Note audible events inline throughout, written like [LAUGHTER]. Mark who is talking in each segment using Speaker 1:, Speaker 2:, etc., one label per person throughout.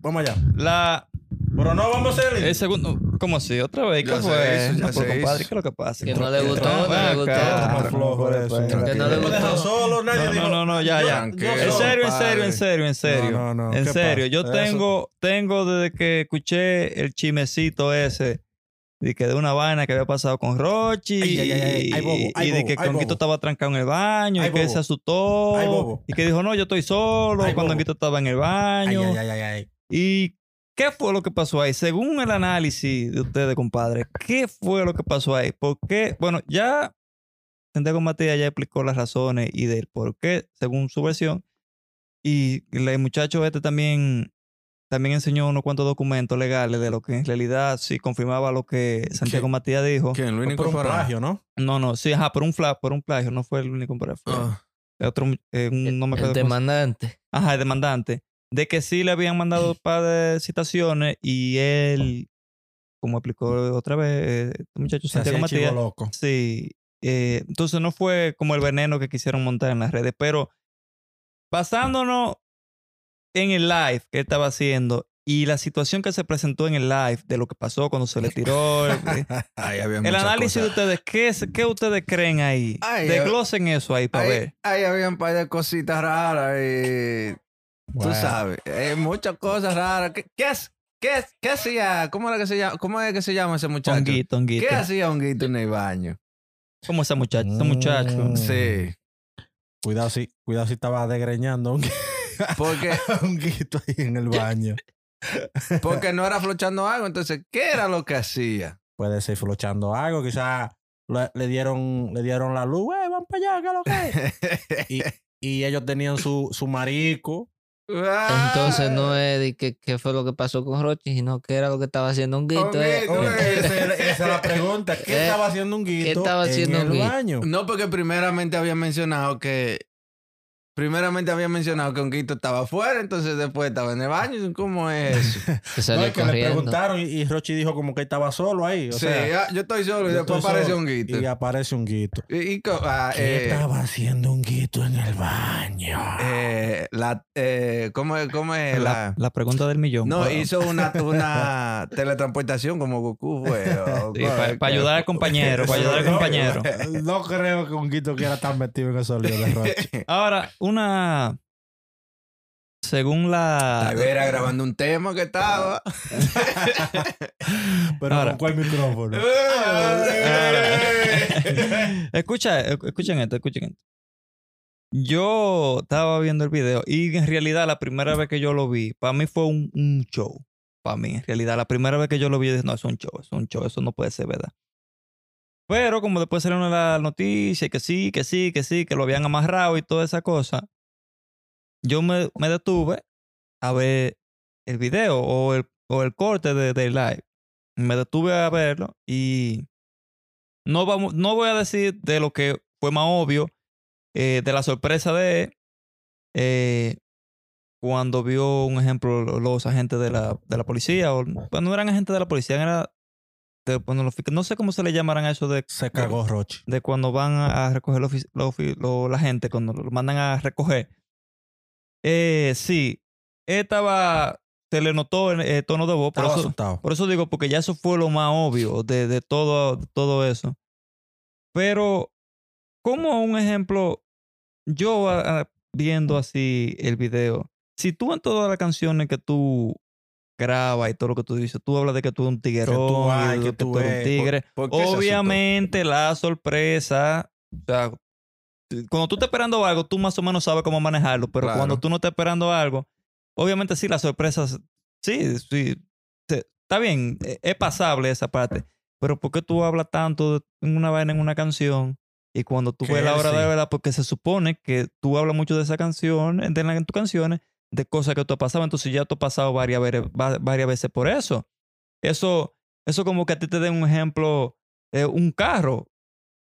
Speaker 1: Vamos allá.
Speaker 2: La,
Speaker 1: Pero no vamos a hacer
Speaker 2: el segundo, ¿cómo así? ¿Otra vez? ¿Qué
Speaker 3: Ya se
Speaker 2: fue?
Speaker 3: hizo, ya
Speaker 2: No, pero,
Speaker 3: se
Speaker 2: compadre,
Speaker 3: hizo.
Speaker 2: ¿qué es lo que pasa?
Speaker 4: Que no le gustó,
Speaker 2: Ah,
Speaker 4: no le
Speaker 2: acá.
Speaker 4: gustó. Que no le
Speaker 1: Me dejan
Speaker 4: gustó.
Speaker 1: solo, nadie
Speaker 2: No,
Speaker 1: dijo.
Speaker 2: no, no, no, ya, ya.
Speaker 3: Tranquilo,
Speaker 2: En serio, en serio, en
Speaker 3: compadre.
Speaker 2: serio, en serio.
Speaker 1: No, no, no.
Speaker 2: En
Speaker 1: ¿Qué
Speaker 2: serio, yo
Speaker 1: pasa?
Speaker 2: tengo, tengo desde que escuché el chimecito ese de que de una vaina que había pasado con Rochi
Speaker 1: Ay, ay, ay, ay, ay, bobo, ay,
Speaker 2: y de
Speaker 1: bobo,
Speaker 2: que
Speaker 1: ay, bobo.
Speaker 2: Conquito estaba trancado en el baño
Speaker 1: Ay,
Speaker 2: y que él
Speaker 1: bobo.
Speaker 2: se asustó
Speaker 1: Ay, bobo.
Speaker 2: y que dijo no yo estoy solo
Speaker 1: Ay,
Speaker 2: cuando
Speaker 1: bobo.
Speaker 2: Conquito estaba en el
Speaker 1: Ay,
Speaker 2: baño
Speaker 1: ay, ay, ay, ay.
Speaker 2: y qué fue lo que pasó ahí según el análisis de ustedes compadre qué fue lo que pasó ahí por qué bueno ya Santiago Matías ya explicó las razones y del por qué según su versión y el muchacho este también también enseñó unos cuantos documentos legales de lo que en realidad sí confirmaba lo que Santiago
Speaker 1: ¿Qué?
Speaker 2: Matías dijo.
Speaker 1: Fue
Speaker 3: ¿Quién? Luis
Speaker 1: por un
Speaker 3: Nicofarán.
Speaker 1: plagio, ¿no?
Speaker 2: No, no, sí, ajá, por un fla, por un plagio, no fue el único para fue
Speaker 3: Ah,
Speaker 2: otro mu- eh, un, no me acuerdo
Speaker 4: El
Speaker 2: cómo se-
Speaker 4: demandante.
Speaker 2: ajá, el demandante de que sí le habían mandado un par de citaciones y él como explicó otra vez eh, este muchacho
Speaker 1: Se hacía
Speaker 2: Santiago
Speaker 1: el chivo
Speaker 2: Matías,
Speaker 1: loco.
Speaker 2: sí, eh, entonces no fue como el veneno que quisieron montar en las redes, pero basándonos en el live que él estaba haciendo y la situación que se presentó en el live de lo que pasó cuando se le tiró el-
Speaker 3: ahí había
Speaker 2: el
Speaker 3: muchas
Speaker 2: análisis
Speaker 3: cosas.
Speaker 2: de ustedes, ¿qué, es- qué ustedes creen ahí?
Speaker 3: Ay,
Speaker 2: Desglosen eso ahí para
Speaker 3: Ahí,
Speaker 2: ver.
Speaker 3: ahí había un par de cositas raras. y Tú
Speaker 1: Bueno.
Speaker 3: sabes, eh, muchas cosas raras. ¿Qué, qué, hace- qué, hace- qué hacía? ¿Cómo, era que se llama? ¿Cómo es que se llama ese muchacho?
Speaker 2: Honguito, honguito.
Speaker 3: ¿Qué hacía Honguito en el baño?
Speaker 2: ¿Cómo ese muchacho? Ese muchacho.
Speaker 1: Mm.
Speaker 3: Sí,
Speaker 1: Cuidado si, cuidado si estaba degreñando un, [LAUGHS]
Speaker 3: porque,
Speaker 1: un guito ahí en el baño.
Speaker 3: porque no era flochando algo. Entonces, ¿qué era lo que hacía?
Speaker 1: Puede ser flochando algo, quizás le, le dieron, le dieron la luz, "Eh, van para allá, ¿qué es lo que es?" Y ellos tenían su, su marico.
Speaker 4: Entonces
Speaker 1: Ah.
Speaker 4: no es de que qué fue lo que pasó con Rochi, sino qué era lo que estaba haciendo un guito. eh.
Speaker 3: Honguito, eh.
Speaker 1: Esa es la pregunta. ¿Qué
Speaker 4: Eh,
Speaker 1: estaba haciendo un guito
Speaker 4: estaba haciendo
Speaker 1: en el
Speaker 4: Honguito?
Speaker 1: baño?
Speaker 3: Ah. No, porque primeramente había mencionado que. Primeramente había mencionado que Honguito estaba afuera, entonces después estaba en el baño. ¿Cómo es eso?
Speaker 4: Se
Speaker 1: No,
Speaker 4: salió
Speaker 1: es que le
Speaker 4: corriendo.
Speaker 1: preguntaron y, y Rochi dijo como que estaba solo ahí. O
Speaker 3: sí,
Speaker 1: sea,
Speaker 3: ah, yo estoy solo y
Speaker 1: yo
Speaker 3: después
Speaker 1: estoy
Speaker 3: aparece
Speaker 1: solo.
Speaker 3: Honguito.
Speaker 1: y aparece un guito.
Speaker 3: Y, y co- ah,
Speaker 1: ¿Qué
Speaker 3: eh,
Speaker 1: estaba haciendo un guito en el baño?
Speaker 3: eh, la, eh, ¿Cómo es? ¿Cómo es?
Speaker 2: La,
Speaker 3: La,
Speaker 2: la pregunta del millón.
Speaker 3: no, hizo una, una teletransportación como Goku fue.
Speaker 2: para ayudar al compañero, Eh, para ayudar al compañero.
Speaker 1: No creo que un guito quiera estar metido en esos líos de Rochi.
Speaker 2: Ahora, una... Según la...
Speaker 3: Tal vez era grabando un tema que estaba.
Speaker 1: Pero
Speaker 2: Ahora.
Speaker 1: con cuál micrófono.
Speaker 3: Eh, [LAUGHS]
Speaker 2: [LAUGHS] Escucha, escuchen esto, escuchen esto. Yo estaba viendo el video y en realidad la primera vez que yo lo vi, para mí fue un, un show. Para mí, en realidad, la primera vez que yo lo vi, yo dije, no, es un show, es un show, eso no puede ser verdad. Pero como después salieron las noticias, que sí, que sí, que sí, que lo habían amarrado y toda esa cosa, yo me, me detuve a ver el video o el, o el corte de, de live. Me detuve a verlo y no, vamos, no voy a decir de lo que fue más obvio, eh, de la sorpresa de él, eh, cuando vio, un ejemplo, lo- los agentes de la, de la policía, o bueno, no eran agentes de la policía, eran de- bueno, los fi- no sé cómo se le llamarán a eso de,
Speaker 1: Se cagó Rochi.
Speaker 2: de cuando van a a recoger los ofi- los ofi- lo- la gente, cuando lo mandan a recoger. Eh, sí, él estaba, se le notó el, eh, tono de voz, por
Speaker 1: Estaba
Speaker 2: eso-
Speaker 1: asustado.
Speaker 2: por eso digo, porque ya eso fue lo más obvio de, de todo, de todo eso. Pero, como un ejemplo, yo ah, ah, viendo así el video, si tú en todas las canciones que tú grabas y todo lo que tú dices, tú hablas de que tú eres un tiguerón,
Speaker 1: Que tú vas,
Speaker 2: y
Speaker 1: que
Speaker 2: que
Speaker 1: tú
Speaker 2: tú eres un
Speaker 1: ves,
Speaker 2: tigre.
Speaker 3: ¿Por qué se asustó?
Speaker 2: Obviamente, la sorpresa, o sea, eh, cuando tú estás esperando algo, tú más o menos sabes cómo manejarlo, pero
Speaker 3: Claro.
Speaker 2: cuando tú no estás esperando algo, obviamente sí, las sorpresas, sí, sí, te- está bien, e- es pasable esa parte, pero ¿por qué tú hablas tanto de una vaina en una canción? Y cuando tú
Speaker 1: Que
Speaker 2: ves la
Speaker 1: él
Speaker 2: hora de
Speaker 1: sí.
Speaker 2: verdad, porque se supone que tú hablas mucho de esa canción, de la, en tus canciones, de cosas que tú has pasado, entonces ya tú has pasado varias, veces- va- varias veces por eso. Eso, eso como que a ti te den un ejemplo, eh, un carro.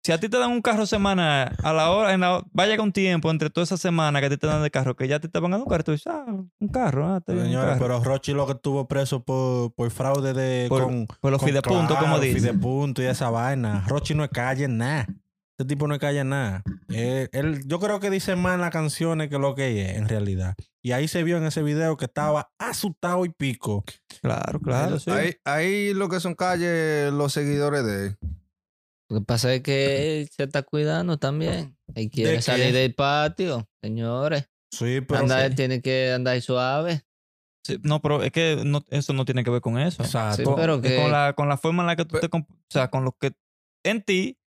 Speaker 2: Si a ti te dan un carro semana, a la hora, en la, va a llegar un tiempo entre toda esa semana que a ti te dan de carro, que ya a ti te van a dar un carro, tú dices, ah, un carro, ah, está bien, un
Speaker 1: Señores,
Speaker 2: carro.
Speaker 1: pero Rochi lo que estuvo preso por, por fraude de
Speaker 2: Por-
Speaker 1: con,
Speaker 2: Pues los
Speaker 1: con-
Speaker 2: fidepuntos, como
Speaker 1: claro,
Speaker 2: dicen.
Speaker 1: fidepunto y esa vaina. Rochi no es calle en nada. Este Eh, tipo no es calle en nada. Él- él- yo creo que dice más en las canciones que lo que es en realidad. Y ahí se vio en ese video que estaba asustado y pico.
Speaker 2: Claro, claro, sí.
Speaker 3: Ahí, ahí lo que son calles, los seguidores de él.
Speaker 4: Lo que pasa es que él se está cuidando también. Él quiere
Speaker 1: qué?
Speaker 4: salir del patio, señores.
Speaker 1: Sí, pero.
Speaker 4: Andar, Tiene que andar suave.
Speaker 2: Sí, No, pero es que no- eso no tiene que ver con eso.
Speaker 1: Exacto.
Speaker 4: Sí, pero
Speaker 2: Es
Speaker 4: que
Speaker 2: con, la, con la forma en la que tú
Speaker 3: Pe-
Speaker 2: te... comp- O sea, con lo que... En ti,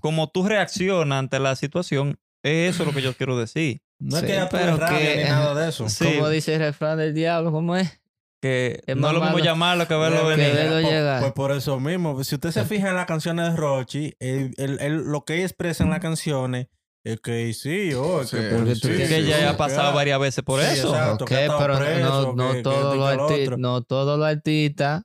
Speaker 2: como tú reaccionas ante la situación, es eso lo que yo quiero decir.
Speaker 1: No es
Speaker 4: Sí,
Speaker 1: que ella tuve
Speaker 4: pero
Speaker 1: rabia
Speaker 4: que-
Speaker 1: ni nada
Speaker 4: [LAUGHS]
Speaker 1: de eso.
Speaker 2: Sí,
Speaker 4: como dice el refrán del diablo, ¿cómo es?
Speaker 2: que
Speaker 4: es
Speaker 2: no es
Speaker 4: más
Speaker 2: lo mismo
Speaker 4: malo
Speaker 2: llamarlo que verlo
Speaker 4: que
Speaker 2: venir.
Speaker 4: verlo
Speaker 1: Pues-
Speaker 4: llegar.
Speaker 1: Pues por eso mismo. Si
Speaker 4: [LAUGHS]
Speaker 1: usted se fija en las canciones de Rochi, él- él- él- lo que ella expresa en las canciones es que sí, oh, es
Speaker 3: Sí,
Speaker 1: que,
Speaker 4: porque tú
Speaker 1: sí,
Speaker 4: tienes
Speaker 2: que
Speaker 1: sí,
Speaker 2: ya
Speaker 1: sí,
Speaker 2: haya pasado
Speaker 1: ah,
Speaker 2: varias veces por
Speaker 1: Sí,
Speaker 2: eso.
Speaker 1: exacto.
Speaker 4: Ok,
Speaker 1: que ha estado
Speaker 4: pero
Speaker 1: preso,
Speaker 4: no, no,
Speaker 1: que-
Speaker 4: todos
Speaker 1: que esto y
Speaker 4: los
Speaker 1: que lo
Speaker 4: arti-
Speaker 1: otro.
Speaker 4: no todos los artistas,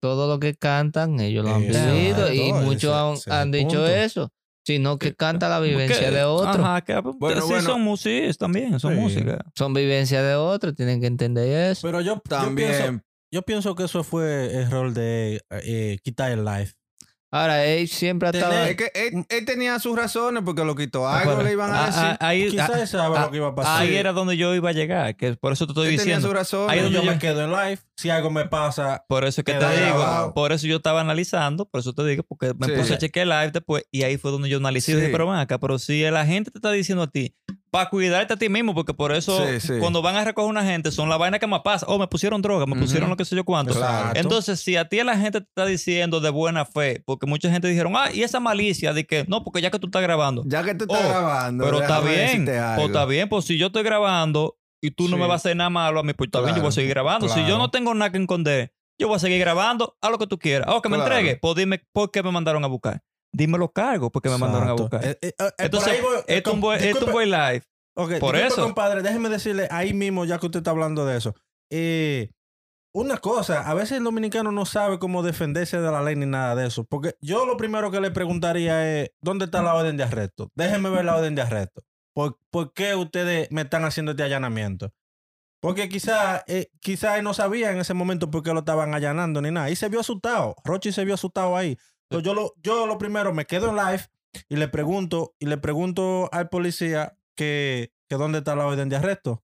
Speaker 4: todos los que cantan, ellos lo han
Speaker 1: Exacto,
Speaker 4: vivido y
Speaker 1: ese-
Speaker 4: muchos han,
Speaker 1: ese es el
Speaker 4: han dicho
Speaker 1: punto.
Speaker 4: eso, sino que
Speaker 2: Sí.
Speaker 4: canta la vivencia
Speaker 2: Que-
Speaker 4: de otro.
Speaker 2: Ajá, que, pues,
Speaker 3: Bueno,
Speaker 2: sí,
Speaker 3: bueno.
Speaker 2: son músicos también, son
Speaker 1: Sí.
Speaker 2: música.
Speaker 4: Son vivencias de otro, tienen que entender eso.
Speaker 1: Pero yo, yo pienso,
Speaker 3: También.
Speaker 1: yo pienso que eso fue error de eh, quitar el live.
Speaker 4: Ahora, él siempre ha estado...
Speaker 1: Tener-
Speaker 3: Es que él, él tenía sus razones porque lo quitó. Algo
Speaker 2: Acuérdate.
Speaker 3: le iban a
Speaker 2: Ah,
Speaker 3: decir.
Speaker 2: ah, ahí
Speaker 1: Quizás
Speaker 2: ah,
Speaker 1: él sabe
Speaker 2: ah,
Speaker 1: lo que iba a pasar.
Speaker 2: ahí era donde yo iba a llegar, que por eso te estoy
Speaker 3: él tenía
Speaker 2: diciendo.
Speaker 3: sus razones.
Speaker 2: ahí
Speaker 1: Pero
Speaker 2: donde
Speaker 1: yo
Speaker 2: yo-
Speaker 1: me quedo en live. Si algo me pasa,
Speaker 2: Por eso es que
Speaker 1: Queda
Speaker 2: te
Speaker 3: grabado.
Speaker 2: digo, por eso yo estaba analizando, por eso te digo, porque me
Speaker 3: Sí.
Speaker 2: puse a chequear live después y ahí fue donde yo analicé. y dije,
Speaker 3: Sí.
Speaker 2: pero ven acá, pero si la gente te está diciendo a ti, para cuidarte a ti mismo, porque por eso
Speaker 3: Sí, sí.
Speaker 2: cuando van a recoger una gente son la vaina que más pasa. Oh, me pusieron droga, me
Speaker 3: Ujú.
Speaker 2: pusieron lo que sé yo cuánto.
Speaker 3: Claro.
Speaker 2: Entonces, si a ti la gente te está diciendo de buena fe, porque mucha gente dijeron, ah, y esa malicia de que no, porque ya que tú estás grabando.
Speaker 3: ya que tú estás
Speaker 2: Oh,
Speaker 3: grabando.
Speaker 2: pero está
Speaker 3: déjame
Speaker 2: bien,
Speaker 3: decirte algo.
Speaker 2: pues está bien, pues si yo estoy grabando y tú no
Speaker 3: Sí.
Speaker 2: me vas a hacer nada malo a mí, pues está bien, yo voy
Speaker 3: Claro,
Speaker 2: a seguir grabando. Si yo
Speaker 1: claro.
Speaker 2: no tengo nada que esconder, yo voy a seguir grabando a lo que tú quieras. O que me
Speaker 3: Claro.
Speaker 2: entregue, pues dime por qué me mandaron a buscar. Dime los cargos porque me mandaron a
Speaker 1: Exacto.
Speaker 2: buscar.
Speaker 1: Eh, eh, eh, por
Speaker 2: Entonces,
Speaker 1: ahí voy- eh,
Speaker 2: esto es un
Speaker 1: com-
Speaker 2: buen- esto es
Speaker 1: disculpe,
Speaker 2: un buen live.
Speaker 1: Ok,
Speaker 2: Por
Speaker 1: disculpe,
Speaker 2: eso.
Speaker 1: compadre, déjeme decirle ahí mismo, ya que usted está hablando de eso. Eh, una cosa, a veces el dominicano no sabe cómo defenderse de la ley ni nada de eso. Porque yo lo primero que le preguntaría es: ¿dónde está la orden de arresto? Déjeme ver la orden de arresto. ¿Por, por qué ustedes me están haciendo este allanamiento? Porque quizás quizá él no sabía en ese momento por qué lo estaban allanando ni nada. Y se vio asustado. Rochi se vio asustado ahí. Entonces, yo, lo, yo lo primero me quedo en live y le pregunto, y le pregunto al policía que, que dónde está la orden de arresto.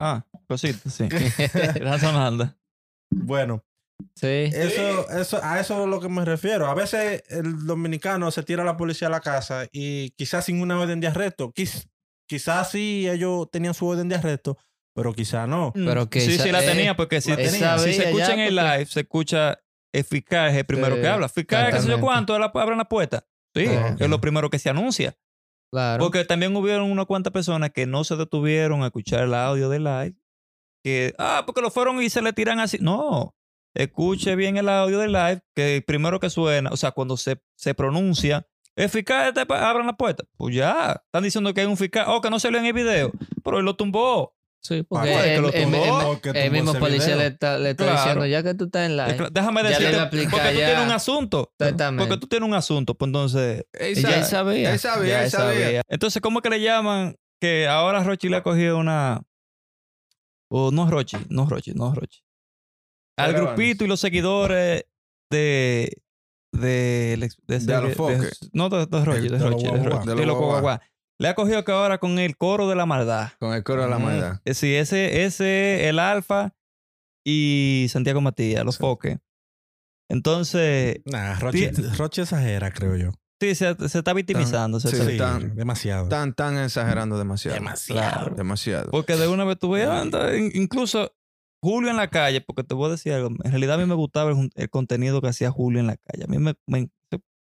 Speaker 2: Ah, cosita,
Speaker 1: [LAUGHS]
Speaker 2: sí. [LAUGHS] Razonando.
Speaker 1: Bueno,
Speaker 4: [LAUGHS] sí.
Speaker 1: eso, eso, a eso es lo que me refiero. A veces el dominicano se tira a la policía a la casa y quizás sin una orden de arresto. Quiz- quizás sí ellos tenían su orden de arresto, pero quizás no.
Speaker 4: Pero que
Speaker 2: sí,
Speaker 4: esa-
Speaker 2: sí la
Speaker 4: eh,
Speaker 2: tenía, porque si,
Speaker 1: la tenía.
Speaker 2: si
Speaker 4: Sabía
Speaker 2: se escucha
Speaker 4: ya,
Speaker 2: en el
Speaker 4: porque-
Speaker 2: live, se escucha eficaz, es el primero
Speaker 4: Sí,
Speaker 2: que habla. Eficaz, qué sé yo
Speaker 4: exactamente.
Speaker 2: cuánto, la- abran la puerta. Sí,
Speaker 4: Ajá.
Speaker 2: es lo primero que se anuncia.
Speaker 4: Claro.
Speaker 2: Porque también hubieron unas cuantas personas que no se detuvieron a escuchar el audio del live. Que, ah, porque lo fueron y se le tiran así. No, escuche bien el audio del live, que primero que suena, o sea, cuando se, se pronuncia, eficaz, este pa- abran la puerta. Pues ya, están diciendo que hay un fiscal, oh, que no se lee en el video, pero él lo tumbó.
Speaker 4: sí,
Speaker 1: Ah,
Speaker 4: porque
Speaker 1: puede que
Speaker 4: el,
Speaker 1: lo
Speaker 4: el-
Speaker 1: tumbó,
Speaker 4: el-
Speaker 1: o que
Speaker 4: el
Speaker 1: tumbó
Speaker 4: mismo
Speaker 1: ese
Speaker 4: policía
Speaker 1: video.
Speaker 4: le está, le está
Speaker 2: Claro.
Speaker 4: diciendo, ya que tú estás en E".
Speaker 2: Es
Speaker 4: live,
Speaker 2: cla- Déjame
Speaker 4: Ya le
Speaker 2: decirte,
Speaker 4: iba a aplicar
Speaker 2: porque tú
Speaker 4: ya.
Speaker 2: tienes un asunto.
Speaker 4: Exactamente.
Speaker 2: Porque tú tienes un asunto, pues entonces.
Speaker 3: Él sabe-
Speaker 4: ya él sabía.
Speaker 3: él sabía,
Speaker 4: Ya
Speaker 3: él sabía.
Speaker 2: Entonces, ¿cómo que le llaman que ahora Rochi le ha cogido una... O no es Rochi, no es Rochi, no es Rochi. Al
Speaker 3: Pero vamos.
Speaker 2: grupito y los seguidores de... De, de,
Speaker 3: De Alofoque.
Speaker 2: no, de, de Rochi,
Speaker 1: El- de
Speaker 2: de
Speaker 1: los
Speaker 2: Rochi, de
Speaker 1: guaguá.
Speaker 2: Rochi,
Speaker 3: De
Speaker 2: de
Speaker 3: los
Speaker 2: los
Speaker 3: guaguá.
Speaker 2: guaguá. Le ha cogido que ahora con el coro de la maldad.
Speaker 3: Con el coro de la
Speaker 1: Mm.
Speaker 3: maldad.
Speaker 2: Eh, Sí, ese, ese, el Alfa y Santiago Matías, los
Speaker 3: Sí.
Speaker 2: foques. Entonces,
Speaker 1: Nah, Rochi,
Speaker 2: Tie-
Speaker 1: Rochi exagera, creo yo.
Speaker 2: sí, se, se está victimizando. se-
Speaker 3: Sí,
Speaker 2: se-
Speaker 1: Sí,
Speaker 3: tan-
Speaker 1: demasiado.
Speaker 3: Están tan exagerando demasiado.
Speaker 1: demasiado.
Speaker 3: Demasiado.
Speaker 2: Porque de una vez tú ves, ah, anda, in- incluso Julio en la calle, porque te voy a decir algo, en realidad a mí me gustaba el, jun- el contenido que hacía Julio en la calle. A mí me, me-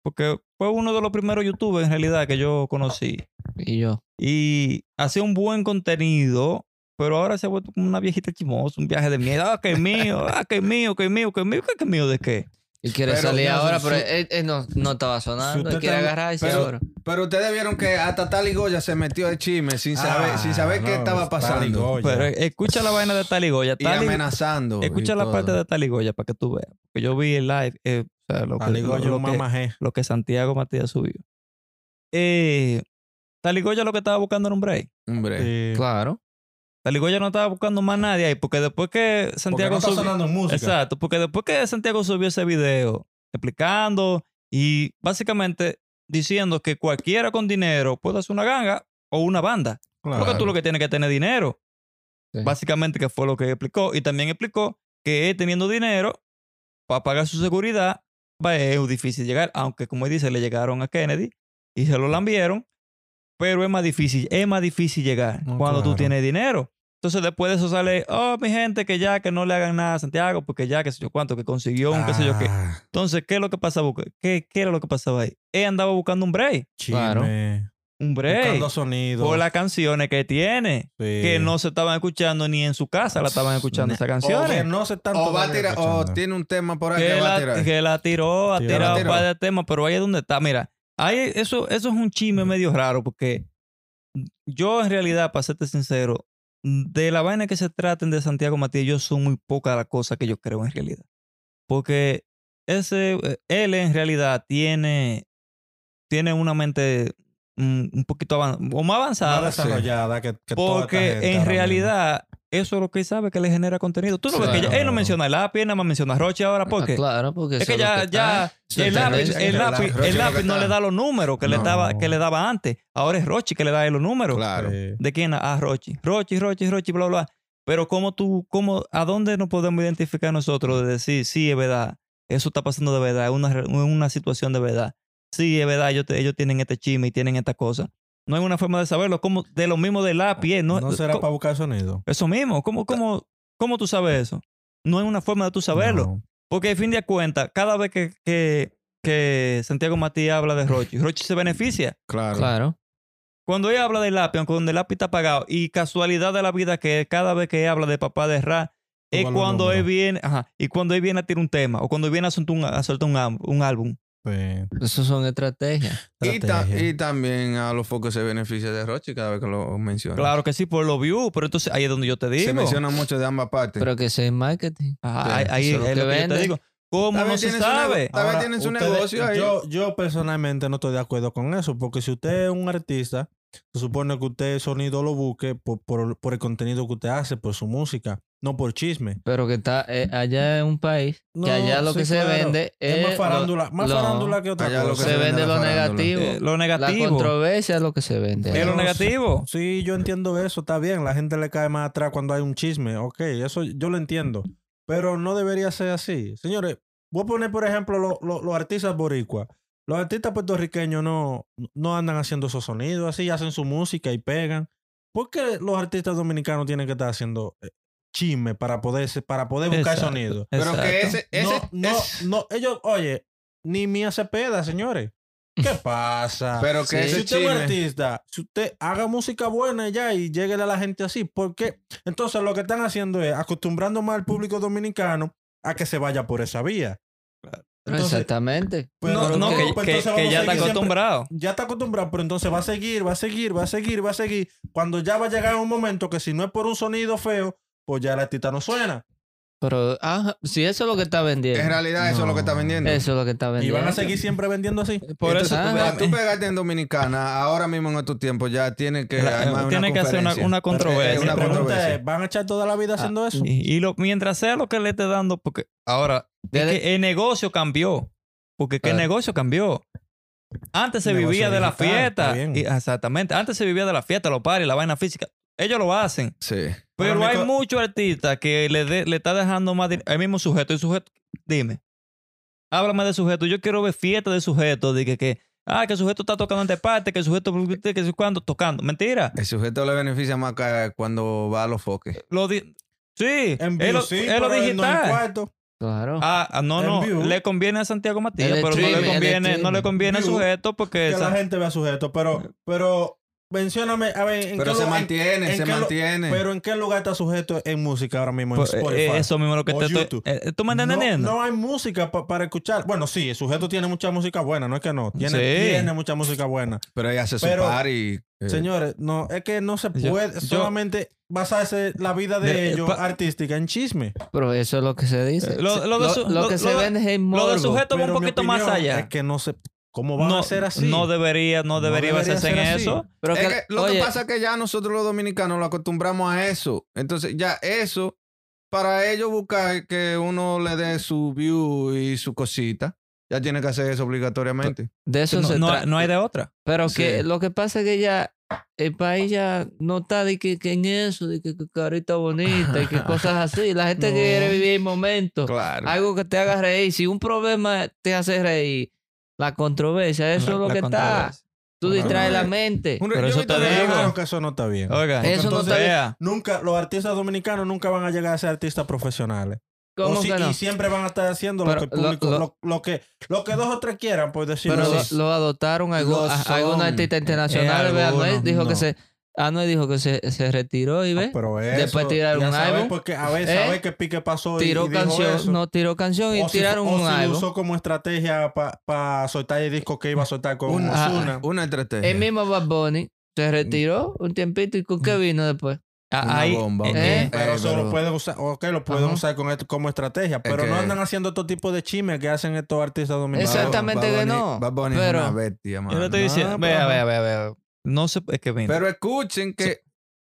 Speaker 2: porque fue uno de los primeros youtubers en realidad que yo conocí.
Speaker 4: Y yo.
Speaker 2: Y hacía un buen contenido, pero ahora se ha vuelto como una viejita chimosa, un viaje de miedo. Ah, que es mío, ah, que es mío, que es mío, que es mío, que es mío de qué.
Speaker 4: Y quiere
Speaker 3: Pero,
Speaker 4: salir
Speaker 3: no,
Speaker 4: ahora,
Speaker 3: su-
Speaker 4: pero
Speaker 3: su-
Speaker 4: él, él no, no estaba sonando.
Speaker 1: usted
Speaker 4: Él quiere
Speaker 1: está-
Speaker 4: agarrarse
Speaker 3: pero-
Speaker 4: ahora.
Speaker 2: eh,
Speaker 3: Pero ustedes vieron que hasta Tali Goya se metió de chisme
Speaker 2: Ah,
Speaker 3: sin saber,
Speaker 1: Ah,
Speaker 3: sin saber qué estaba pasando.
Speaker 2: Pero eh, e, escucha la vaina de Taligoya.
Speaker 3: Pues Y
Speaker 2: Tali-
Speaker 3: amenazando.
Speaker 2: escucha la parte de Taligoya para que tú veas. Porque yo vi el live, eh, o sea, lo que, lo-
Speaker 1: yo
Speaker 2: lo que- lo que Santiago Matías subió. Eh, Taligoya lo que estaba buscando era un break.
Speaker 3: Hombre.
Speaker 2: eh,
Speaker 4: Claro.
Speaker 2: Taligoya no estaba buscando más nadie ahí, porque después que
Speaker 1: Santiago
Speaker 2: Santiago
Speaker 1: no está
Speaker 2: subió.
Speaker 1: sonando en música.
Speaker 2: Exacto, porque después que Santiago subió ese video explicando y básicamente diciendo que cualquiera con dinero puede hacer una ganga o una banda. Porque tú lo que tienes que tener dinero.
Speaker 4: Sí.
Speaker 2: Básicamente, que fue lo que explicó. Y también explicó que él teniendo dinero para pagar su seguridad, va, es difícil llegar. Aunque, como él dice, le llegaron a Kennedy y se lo lambieron. Pero es más difícil, es más difícil llegar
Speaker 1: No,
Speaker 2: cuando tú
Speaker 1: claro.
Speaker 2: tienes dinero. Entonces, después de eso sale, oh, mi gente, que ya, que no le hagan nada a Santiago, porque ya, qué sé yo cuánto, que consiguió un qué sé yo qué.
Speaker 1: Ah,
Speaker 2: Entonces, ¿qué es lo que pasaba? ¿Qué, qué era lo que pasaba ahí? Él andaba buscando un break.
Speaker 1: chisme.
Speaker 4: Claro.
Speaker 2: Un break.
Speaker 1: Buscando sonidos.
Speaker 2: Por las canciones que tiene
Speaker 1: Sí.
Speaker 2: que no se estaban escuchando ni en su casa la estaban escuchando esas
Speaker 1: O que
Speaker 2: canciones.
Speaker 1: no se están
Speaker 3: O, va a
Speaker 1: todavía
Speaker 3: tirar, o
Speaker 1: escuchando.
Speaker 3: tiene un tema por ahí Oh, que,
Speaker 2: Que
Speaker 3: va a tirar.
Speaker 2: la, que la tiró, ha
Speaker 1: Sí,
Speaker 2: tirado
Speaker 3: la
Speaker 2: un
Speaker 3: tiró.
Speaker 2: par de temas, pero ahí es donde está. Mira, ahí eso, eso es un chisme medio raro porque yo en realidad, para serte sincero, de la vaina que se traten de Santiago Matías, yo soy muy poca la cosa que yo creo en realidad. Porque ese, eh, él en realidad tiene, tiene una mente mm, un poquito avan- o más
Speaker 1: Más
Speaker 2: avanzada.
Speaker 1: desarrollada que, que toda esta
Speaker 2: Ah, Porque
Speaker 1: gente
Speaker 2: en
Speaker 1: ahora
Speaker 2: realidad, eso es lo que él sabe que le genera contenido. Tú no ves que
Speaker 4: Claro.
Speaker 2: ya- él no menciona el lápiz, él nada más menciona a Roche ahora
Speaker 4: Ah,
Speaker 2: porque.
Speaker 4: claro, porque
Speaker 2: Es
Speaker 4: eso
Speaker 2: que
Speaker 4: es lo
Speaker 2: ya,
Speaker 4: que
Speaker 2: ya, el
Speaker 4: está. Eso es
Speaker 2: lápiz,
Speaker 4: tendencia.
Speaker 2: el
Speaker 3: La-
Speaker 2: lápiz,
Speaker 3: Roche
Speaker 2: el
Speaker 3: lo
Speaker 2: lápiz
Speaker 3: que
Speaker 2: no
Speaker 3: está.
Speaker 2: le da los números que, le
Speaker 3: No.
Speaker 2: daba, que le daba antes. Ahora es Roche que le da los números.
Speaker 3: Claro.
Speaker 1: mismo. Sí.
Speaker 2: ¿De quién? A Rochi. Rochi, Rochi, Rochi, bla, bla. Pero ¿cómo tú, cómo, a dónde nos podemos identificar nosotros de decir, sí, es verdad, eso está pasando de verdad, es una, re- una situación de verdad. Sí, es verdad, ellos, te- ellos tienen este chisme y tienen esta cosa. No hay una forma de saberlo, como de lo mismo de lápiz. No,
Speaker 1: No, será
Speaker 2: co-
Speaker 1: para buscar sonido.
Speaker 2: Eso mismo, ¿cómo, cómo, ¿cómo tú sabes eso? No hay una forma de tú saberlo.
Speaker 1: No.
Speaker 2: Porque, al fin de cuentas, cada vez que, que, que Santiago Matías habla de Rochi, Rochi se beneficia.
Speaker 3: Claro.
Speaker 4: Claro.
Speaker 2: Cuando ella habla del lápiz, aunque cuando el lápiz está apagado, y casualidad de la vida que cada vez que ella habla de papá de Ra, es
Speaker 1: Suban los
Speaker 2: cuando él
Speaker 1: números.
Speaker 2: viene, ajá, y cuando él viene a tirar un tema, o cuando viene a soltar un, a soltar un, am- un álbum.
Speaker 1: Sí.
Speaker 4: Eso son estrategias.
Speaker 3: Y, ta-
Speaker 1: Estrategia.
Speaker 3: y también a los focos se beneficia de Rochi cada vez que lo menciona.
Speaker 2: Claro que sí, por los views, pero entonces ahí es donde yo te digo.
Speaker 3: Se menciona mucho de ambas partes.
Speaker 4: Pero que sea en marketing.
Speaker 2: Ajá,
Speaker 3: Sí,
Speaker 2: ahí ahí
Speaker 4: eso es
Speaker 2: es
Speaker 4: lo
Speaker 2: lo
Speaker 4: que
Speaker 2: que yo te
Speaker 4: vende.
Speaker 2: digo. ¿Cómo
Speaker 3: También
Speaker 2: no se
Speaker 3: tiene su
Speaker 2: sabe?
Speaker 3: nego- Tal vez
Speaker 1: Ahora,
Speaker 3: tienen su
Speaker 1: ustedes-
Speaker 3: negocio ahí.
Speaker 1: Yo, yo personalmente no estoy de acuerdo con eso, porque si usted es un artista, se supone que usted el sonido lo busque por, por- por el contenido que usted hace, por su música, no por chisme.
Speaker 4: Pero que está eh, allá en un país, que
Speaker 1: No,
Speaker 4: allá lo
Speaker 1: sí,
Speaker 4: que se
Speaker 1: claro.
Speaker 4: vende es.
Speaker 2: Eh,
Speaker 1: Es más
Speaker 4: lo-
Speaker 1: farándula, más
Speaker 4: lo-
Speaker 1: farándula que otra
Speaker 3: Allá lo
Speaker 1: cosa.
Speaker 3: que
Speaker 4: se vende
Speaker 3: la
Speaker 4: lo
Speaker 3: farándula.
Speaker 4: negativo.
Speaker 2: Eh, lo
Speaker 4: La
Speaker 2: negativo.
Speaker 4: controversia es lo que se vende.
Speaker 2: Es lo
Speaker 1: Pero-
Speaker 2: negativo.
Speaker 1: Sí, yo entiendo eso, está bien. La gente le cae más atrás cuando hay un chisme. Ok, eso yo lo entiendo. Pero no debería ser así. Señores, voy a poner, por ejemplo, lo- lo- los artistas boricuas. Los artistas puertorriqueños no, no andan haciendo esos sonidos, así hacen su música y pegan. ¿Por qué los artistas dominicanos tienen que estar haciendo eh, chisme para poder, se- para poder buscar
Speaker 2: Exacto,
Speaker 1: sonido?
Speaker 3: Pero que
Speaker 2: exacto.
Speaker 3: ese, ese,
Speaker 1: no, no,
Speaker 3: ese-
Speaker 1: no, ellos, oye, ni Mía Cepeda, señores. ¿Qué pasa?
Speaker 3: pero que
Speaker 4: Sí.
Speaker 1: Eh, si
Speaker 3: ese
Speaker 1: usted es un
Speaker 3: chisme.
Speaker 1: artista, si usted haga música buena y ya y llegue a la gente así, porque entonces lo que están haciendo es acostumbrando más al público dominicano a que se vaya por esa vía.
Speaker 4: Pero
Speaker 1: Entonces,
Speaker 4: Exactamente.
Speaker 2: No,
Speaker 1: pero
Speaker 2: no,
Speaker 1: ¿qué?
Speaker 2: que,
Speaker 1: Pues
Speaker 2: que-
Speaker 1: entonces
Speaker 2: que
Speaker 1: vamos a
Speaker 2: ya está
Speaker 1: seguir siempre-
Speaker 2: acostumbrado.
Speaker 1: ya está acostumbrado, pero entonces va a seguir, va a seguir, va a seguir, va a seguir. Cuando ya va a llegar un momento que si no es por un sonido feo, pues ya la artista no suena.
Speaker 4: Pero ajá, si eso es lo que está vendiendo.
Speaker 3: En realidad, eso es lo que está vendiendo.
Speaker 4: Eso es lo que está
Speaker 1: Y
Speaker 4: vendiendo.
Speaker 1: van a seguir siempre vendiendo así.
Speaker 2: Por
Speaker 3: Entonces,
Speaker 2: eso tú
Speaker 4: ah,
Speaker 3: cuando
Speaker 2: ves-
Speaker 3: tú pegaste en Dominicana, ahora mismo en estos tiempos ya tiene que,
Speaker 2: La-
Speaker 3: armar
Speaker 2: tiene que hacer una,
Speaker 3: conferencia.
Speaker 2: una
Speaker 3: Es
Speaker 1: Mi
Speaker 2: controversia.
Speaker 3: una
Speaker 1: pregunta
Speaker 3: controversia.
Speaker 1: es, ¿van a echar toda la vida haciendo eso?
Speaker 2: Y, y lo, mientras sea lo que le esté dando, porque ahora es
Speaker 1: Eh,
Speaker 4: Desde-
Speaker 2: que el negocio cambió. Porque que el
Speaker 4: Ah.
Speaker 2: negocio cambió. Antes se
Speaker 1: Negocio
Speaker 2: vivía de la
Speaker 1: digital, está
Speaker 2: fiesta.
Speaker 1: bien.
Speaker 2: Y- exactamente. Antes se vivía de la fiesta, los pares, la vaina física. Ellos lo hacen.
Speaker 3: Sí.
Speaker 2: Pero
Speaker 1: Ahora,
Speaker 2: hay
Speaker 1: Nico-
Speaker 2: muchos artistas que le, de- le está dejando más dinero. El mismo sujeto. El sujeto, dime. Háblame de sujeto. Yo quiero ver fiesta de sujeto. De que, que, ah, que el sujeto está tocando ante parte, que el sujeto, que cuando tocando. Mentira.
Speaker 3: El sujeto le beneficia más que cuando va a los foques.
Speaker 2: Lo di- sí,
Speaker 1: En
Speaker 2: es
Speaker 1: vivo
Speaker 2: lo,
Speaker 1: sí,
Speaker 2: es lo
Speaker 1: pero en- no en
Speaker 2: digital.
Speaker 1: cuarto.
Speaker 4: Claro.
Speaker 2: Ah, ah, no,
Speaker 1: En
Speaker 2: no.
Speaker 1: vivo.
Speaker 2: Le conviene a Santiago Matías,
Speaker 4: El
Speaker 2: pero no le
Speaker 4: streaming, el
Speaker 2: conviene, no le
Speaker 4: streaming.
Speaker 2: conviene a
Speaker 1: Vivo.
Speaker 2: sujeto porque
Speaker 1: que
Speaker 2: esa-
Speaker 1: la gente vea sujeto, pero, pero, mencióname, a ver, ¿en
Speaker 3: Pero
Speaker 1: qué
Speaker 3: se
Speaker 1: lu- en-
Speaker 3: mantiene,
Speaker 1: en
Speaker 3: se
Speaker 1: que lo-
Speaker 3: mantiene.
Speaker 1: Pero ¿en qué lugar está sujeto en música ahora mismo? En
Speaker 2: pues, eh,
Speaker 1: Spotify.
Speaker 2: eh, eso mismo lo que
Speaker 1: O
Speaker 2: te estoy.
Speaker 1: YouTube.
Speaker 2: eh, ¿Tú me estás
Speaker 1: No-
Speaker 2: entendiendo?
Speaker 1: No, hay música pa- para escuchar. Bueno, sí, el sujeto tiene mucha música buena, no es que no. Tiene,
Speaker 2: Sí.
Speaker 1: tiene mucha música buena.
Speaker 3: Pero ella hace su eh,
Speaker 1: Pero-
Speaker 3: par y.
Speaker 1: Señores, no, es que no se
Speaker 2: Yo-
Speaker 1: puede
Speaker 2: yo-
Speaker 1: solamente basarse la vida de,
Speaker 2: De-
Speaker 1: ellos
Speaker 2: pa-
Speaker 1: artística en chisme.
Speaker 4: Pero eso es lo que se dice.
Speaker 2: Eh, lo- lo de su-
Speaker 4: lo
Speaker 2: lo-
Speaker 4: que se
Speaker 2: lo de-
Speaker 4: vende es el
Speaker 2: lo del
Speaker 4: morbo.
Speaker 2: sujeto va un
Speaker 1: Pero mi
Speaker 2: poquito más
Speaker 1: opinión
Speaker 2: allá.
Speaker 1: Es que no se. ¿Cómo van
Speaker 2: no,
Speaker 1: a ser así?
Speaker 2: no debería, no
Speaker 1: No
Speaker 2: debería
Speaker 1: debería
Speaker 2: basarse en
Speaker 1: ser así.
Speaker 2: eso.
Speaker 4: Pero
Speaker 3: Es que lo
Speaker 4: oye,
Speaker 3: que pasa es que ya nosotros los dominicanos lo acostumbramos a eso. Entonces, ya eso, para ellos buscar que uno le dé su view y su cosita, ya tiene que hacer eso obligatoriamente.
Speaker 4: de eso
Speaker 2: No,
Speaker 4: se
Speaker 2: no-
Speaker 4: trata.
Speaker 2: no hay de otra.
Speaker 4: Pero
Speaker 3: Sí.
Speaker 4: que lo que pasa es que ya el país ya no está de que, que en eso, de que, que carita bonita y que cosas así. La gente
Speaker 2: No.
Speaker 4: quiere vivir momentos,
Speaker 3: Claro.
Speaker 4: algo que te haga reír. Si un problema te hace reír, la controversia, eso es lo
Speaker 2: La
Speaker 4: que está.
Speaker 2: controversia.
Speaker 4: Tú
Speaker 2: Bueno,
Speaker 4: distraes la mente.
Speaker 3: Un-
Speaker 2: Pero
Speaker 3: yo
Speaker 2: eso
Speaker 3: vi
Speaker 2: te
Speaker 3: también-
Speaker 2: digo.
Speaker 1: Claro que eso no está bien.
Speaker 2: Oiga,
Speaker 4: Eso no
Speaker 1: entonces-
Speaker 4: está bien.
Speaker 2: vea,
Speaker 1: Nunca, los artistas dominicanos nunca van a llegar a ser artistas profesionales.
Speaker 4: ¿Cómo
Speaker 1: O sí-
Speaker 4: que no?
Speaker 1: Y siempre van a estar haciendo lo
Speaker 4: Pero
Speaker 1: que el público,
Speaker 4: lo-
Speaker 1: lo,
Speaker 4: lo-
Speaker 1: lo que, lo que dos o tres quieran, por decirlo
Speaker 4: Pero lo,
Speaker 1: así.
Speaker 4: lo adoptaron algo-
Speaker 3: Lo
Speaker 4: a- algunos
Speaker 3: son.
Speaker 4: artistas internacionales. ve,
Speaker 2: algunos,
Speaker 4: Anuel dijo
Speaker 1: no. pues,
Speaker 4: que se, Anuel dijo que se, se retiró y ve.
Speaker 1: Ah, Pero eso,
Speaker 4: Después tiraron
Speaker 1: ya
Speaker 4: pues un
Speaker 1: sabes,
Speaker 4: álbum.
Speaker 1: Porque a veces,
Speaker 4: ¿Eh?
Speaker 1: sabes que Pique pasó y- y,
Speaker 4: tiró
Speaker 1: dijo eso.
Speaker 4: canción, no tiró canción y
Speaker 1: O si-
Speaker 4: tiraron
Speaker 1: o
Speaker 4: un
Speaker 1: si
Speaker 4: álbum.
Speaker 1: usó como estrategia para soltar el disco que iba a soltar con
Speaker 3: Una,
Speaker 4: Ah,
Speaker 1: Ozuna.
Speaker 3: una estrategia.
Speaker 4: El mismo Bad Bunny
Speaker 1: Mm.
Speaker 4: se retiró un tiempito y con qué vino después.
Speaker 2: ah,
Speaker 3: Una
Speaker 2: ahí-
Speaker 3: bomba,
Speaker 2: eh,
Speaker 3: ok.
Speaker 2: eh,
Speaker 1: Pero
Speaker 3: Eh,
Speaker 1: eso
Speaker 3: pero-
Speaker 1: lo pueden usar, ok, lo pueden
Speaker 4: Ajá.
Speaker 1: usar con esto como estrategia, pero
Speaker 3: que-
Speaker 1: no andan haciendo estos tipos de chimes que hacen estos artistas dominicanos.
Speaker 4: Exactamente que
Speaker 3: Bunny-
Speaker 4: no,
Speaker 3: Bad Bunny es
Speaker 4: pero-
Speaker 3: una bestia,
Speaker 2: yo
Speaker 3: mano.
Speaker 2: le
Speaker 1: Ah,
Speaker 2: estoy diciendo,
Speaker 3: No,
Speaker 2: vea,
Speaker 3: pero-
Speaker 2: vea, vea, vea. No sé, es que mira.
Speaker 3: Pero escuchen que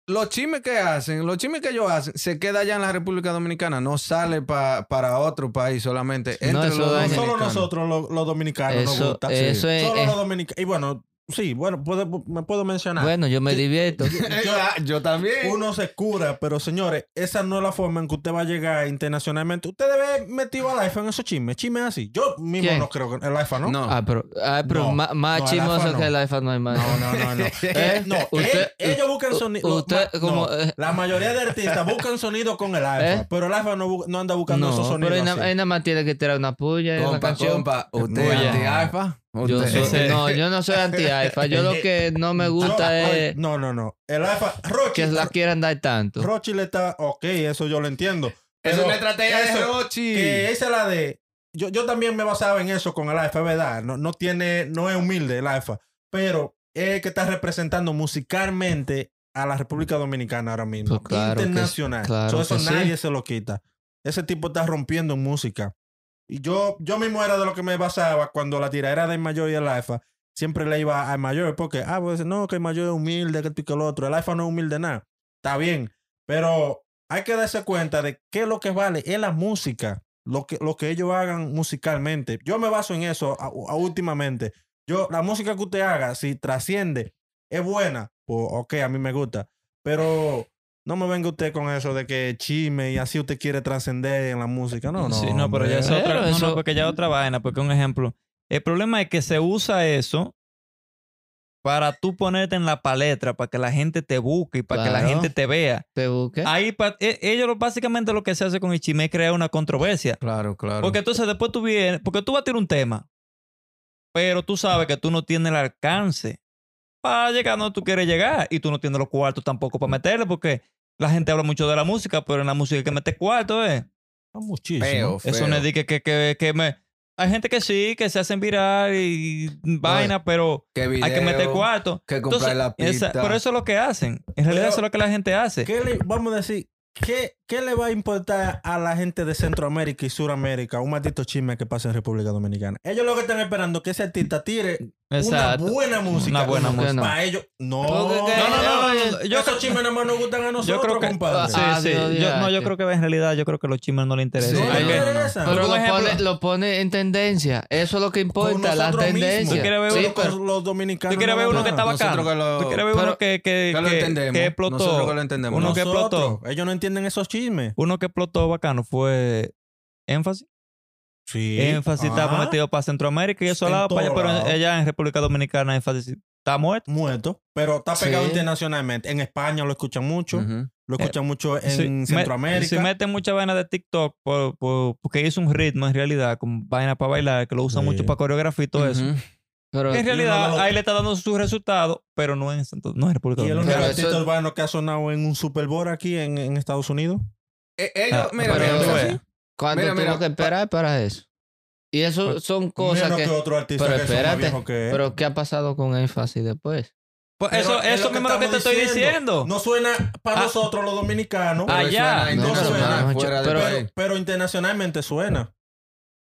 Speaker 3: los chimes que hacen, los chimes que ellos hacen, se queda allá en la República Dominicana, no sale pa- para otro país solamente. Entre
Speaker 4: No,
Speaker 3: los
Speaker 4: eso daña.
Speaker 1: No
Speaker 3: dominicanos.
Speaker 1: solo nosotros lo- los, dominicanos nos
Speaker 4: Eso,
Speaker 1: gusta.
Speaker 4: eso es, eh,
Speaker 1: Solo
Speaker 4: es-
Speaker 1: los dominicanos. Y bueno, sí, bueno, puedo- me puedo mencionar.
Speaker 4: Bueno, yo me divierto.
Speaker 3: yo, ah, yo también.
Speaker 1: Uno se cura, pero señores, esa no es la forma en que usted va a llegar internacionalmente. Usted debe haber metido al iPhone en esos chismes, chismes así. Yo mismo
Speaker 4: ¿Quién?
Speaker 1: no creo que el iPhone, ¿no?
Speaker 3: No.
Speaker 4: Ah, pero, ah, pero
Speaker 1: No,
Speaker 4: ma- más
Speaker 1: no, el
Speaker 4: chismoso
Speaker 1: iPhone no.
Speaker 4: que el iPhone no hay más.
Speaker 1: No, no, [LAUGHS] no, no. Eh, no,
Speaker 4: Usted-
Speaker 1: él- ellos buscan sonido.
Speaker 4: Usted
Speaker 1: ma-
Speaker 4: como...
Speaker 1: no,
Speaker 4: eh,
Speaker 1: la mayoría de artistas buscan sonido con el iPhone,
Speaker 4: ¿Eh?
Speaker 1: pero el iPhone no, bu- no anda buscando
Speaker 4: No,
Speaker 1: esos
Speaker 4: pero
Speaker 1: sonidos.
Speaker 4: él
Speaker 1: así.
Speaker 4: na- él nada más tiene que tirar una puya y una
Speaker 3: compa,
Speaker 4: canción.
Speaker 3: compa, usted
Speaker 1: Oye.
Speaker 3: es anti-alfa.
Speaker 4: Yo
Speaker 3: Usted-
Speaker 4: soy-
Speaker 2: Ese-
Speaker 4: no, yo no soy
Speaker 1: [LAUGHS]
Speaker 4: anti-alfa. Yo lo que no me gusta
Speaker 1: Yo-
Speaker 4: es
Speaker 1: Eh, No, no, no. El iPhone. Rochi,
Speaker 4: que la quieran dar tanto.
Speaker 1: Rochi le está. Ok, eso yo lo entiendo.
Speaker 3: Es
Speaker 1: Pero
Speaker 3: una estrategia de
Speaker 1: eso-
Speaker 3: Rochi.
Speaker 1: Que esa es la de. Yo, yo también me basaba en eso con el alfa, es verdad. No, no tiene, no es humilde el alfa, pero es el que está representando musicalmente a la República Dominicana ahora mismo.
Speaker 4: Pues claro que sí,
Speaker 1: Internacional.
Speaker 4: claro
Speaker 1: So, eso
Speaker 4: que sí.
Speaker 1: nadie se lo quita. Ese tipo está rompiendo en música. Y yo, yo mismo era de lo que me basaba cuando la tiradera del mayor y el alfa. Siempre le iba al mayor porque, ah, pues no, que el mayor es humilde, que esto y que lo otro. El alfa no es humilde nada. Está bien. Pero hay que darse cuenta de qué es lo que vale es la música, lo que, lo que ellos hagan musicalmente. Yo me baso en eso a- a últimamente. Yo, la música que usted haga, si trasciende, es buena, pues ok, a mí me gusta. Pero no me venga usted con eso de que chisme y así usted quiere trascender en la música. No, no.
Speaker 2: Sí, no, pero
Speaker 1: hombre.
Speaker 2: ya es
Speaker 4: Pero
Speaker 2: otra, no, no,
Speaker 4: eso-
Speaker 2: porque ya es otra vaina, porque un ejemplo. El problema es que se usa eso para tú ponerte en la palestra, para que la gente te busque y para que la
Speaker 4: Claro. Eh.
Speaker 2: gente te vea.
Speaker 4: Te busque.
Speaker 1: Ah,
Speaker 2: Ahí pa- e- ellos lo- básicamente lo que se hace con el chisme es crear una controversia.
Speaker 3: Claro, claro.
Speaker 2: Porque entonces después tú vienes, porque tú vas a tirar un tema, pero tú sabes que tú no tienes el alcance para llegar donde tú quieres llegar y tú no tienes los cuartos tampoco para meterle, porque la gente habla mucho de la música, pero en la música hay que meter cuartos, ¿eh?
Speaker 1: Está Ah, muchísimo.
Speaker 3: Feo,
Speaker 2: Eso
Speaker 3: feo.
Speaker 2: no es de que, que, que, que me... Hay gente que sí, que se hacen viral y vaina, pero
Speaker 3: Que
Speaker 2: hay que
Speaker 3: video,
Speaker 2: meter cuarto.
Speaker 3: Que comprar
Speaker 2: Entonces,
Speaker 3: la
Speaker 2: esa-
Speaker 3: pista.
Speaker 2: por eso es lo que hacen. En realidad
Speaker 1: Pero-
Speaker 2: eso es lo que la gente hace.
Speaker 1: ¿Qué le- vamos a decir, ¿qué, ¿qué le va a importar a la gente de Centroamérica y Suramérica un maldito chisme que pasa en República Dominicana? Ellos lo que están esperando es que ese artista tire
Speaker 2: Exacto.
Speaker 1: una buena música.
Speaker 2: Una buena
Speaker 4: música.
Speaker 1: Para ellos, no.
Speaker 4: Porque-
Speaker 2: No, no, no, no, no, Yo,
Speaker 1: Esos chismes nada más nos gustan a nosotros,
Speaker 2: yo creo que...
Speaker 1: compadre.
Speaker 2: Sí,
Speaker 4: Ah,
Speaker 2: sí.
Speaker 4: Dios, Dios,
Speaker 2: Yo, no, yo
Speaker 4: que-
Speaker 2: creo que en realidad yo creo que los chismes no les
Speaker 1: Sí,
Speaker 2: interesan.
Speaker 1: no
Speaker 2: Ay,
Speaker 1: le
Speaker 2: que-
Speaker 1: interesa.
Speaker 2: Por
Speaker 4: Pero lo
Speaker 2: ejemplo-
Speaker 4: pone, lo pone en tendencia. Eso es lo que importa, la
Speaker 1: nosotros mismos.
Speaker 4: tendencia.
Speaker 2: ¿Tú quieres ver
Speaker 4: Sí,
Speaker 1: Pero con
Speaker 4: pero-
Speaker 1: los dominicanos.
Speaker 2: ¿Tú quieres
Speaker 1: no
Speaker 2: ver uno
Speaker 1: van
Speaker 2: que
Speaker 1: a-
Speaker 2: está bacano?
Speaker 3: Nosotros que lo,
Speaker 2: ¿Tú quieres ver uno
Speaker 4: Pero-
Speaker 2: que, que,
Speaker 3: que lo
Speaker 2: que-
Speaker 3: entendemos.
Speaker 2: que explotó?
Speaker 3: Nosotros que lo entendemos.
Speaker 2: Uno que
Speaker 1: Nosotros,
Speaker 2: explotó.
Speaker 1: Ellos no entienden esos chismes.
Speaker 2: Uno que explotó bacano fue énfasis.
Speaker 1: Sí.
Speaker 2: Énfasis estaba
Speaker 3: Ah.
Speaker 1: Ajá.
Speaker 2: metido para Centroamérica y eso
Speaker 1: En
Speaker 2: al lado
Speaker 1: todo
Speaker 2: para allá, pero
Speaker 1: lado.
Speaker 2: ella en República Dominicana énfasis está muerto.
Speaker 1: Muerto, pero está
Speaker 4: Sí.
Speaker 1: pegado internacionalmente. En España lo escuchan mucho,
Speaker 3: Ujú.
Speaker 1: lo escuchan mucho
Speaker 2: Si me-
Speaker 1: en Centroamérica.
Speaker 2: si mete mucha vaina de TikTok por- por- porque hizo un ritmo en realidad con vaina para bailar, que lo usa
Speaker 1: Sí.
Speaker 2: mucho para coreografía y todo eso.
Speaker 3: Ujú.
Speaker 4: pues, pero-
Speaker 1: Eh,
Speaker 2: En
Speaker 1: no, no,
Speaker 2: realidad
Speaker 1: no.
Speaker 2: ahí le está dando sus resultados, pero no en, Santo- no en República
Speaker 1: Y el único
Speaker 2: Dominicana.
Speaker 4: Pero
Speaker 1: artista
Speaker 4: eso-
Speaker 1: urbano que ha sonado en un Super Bowl aquí en, en Estados Unidos.
Speaker 3: Eh, ellos,
Speaker 2: Ah,
Speaker 3: mira,
Speaker 4: pero
Speaker 3: mira,
Speaker 4: tú
Speaker 3: mira,
Speaker 2: ves.
Speaker 3: sí.
Speaker 4: cuando
Speaker 3: Mira,
Speaker 4: tuvo
Speaker 3: mira,
Speaker 4: que esperar para eso. Y
Speaker 2: Pues,
Speaker 4: eso son cosas
Speaker 1: Menos
Speaker 4: que.
Speaker 1: que, otro artista
Speaker 4: pero
Speaker 1: que son más
Speaker 4: espérate,
Speaker 1: viejos que él.
Speaker 4: Pero ¿qué ha pasado con énfasis después?
Speaker 2: Pues
Speaker 1: Pero
Speaker 2: eso
Speaker 1: es
Speaker 2: eso
Speaker 1: lo
Speaker 2: mismo es lo que te
Speaker 1: estamos
Speaker 2: estoy diciendo.
Speaker 1: No suena para
Speaker 2: Ah.
Speaker 1: nosotros los dominicanos,
Speaker 2: Ah,
Speaker 3: Pero
Speaker 2: ya.
Speaker 3: suena
Speaker 1: No,
Speaker 3: internacional,
Speaker 1: no,
Speaker 4: no,
Speaker 3: fuera de
Speaker 4: pero-
Speaker 1: pero,
Speaker 3: país.
Speaker 1: pero internacionalmente suena.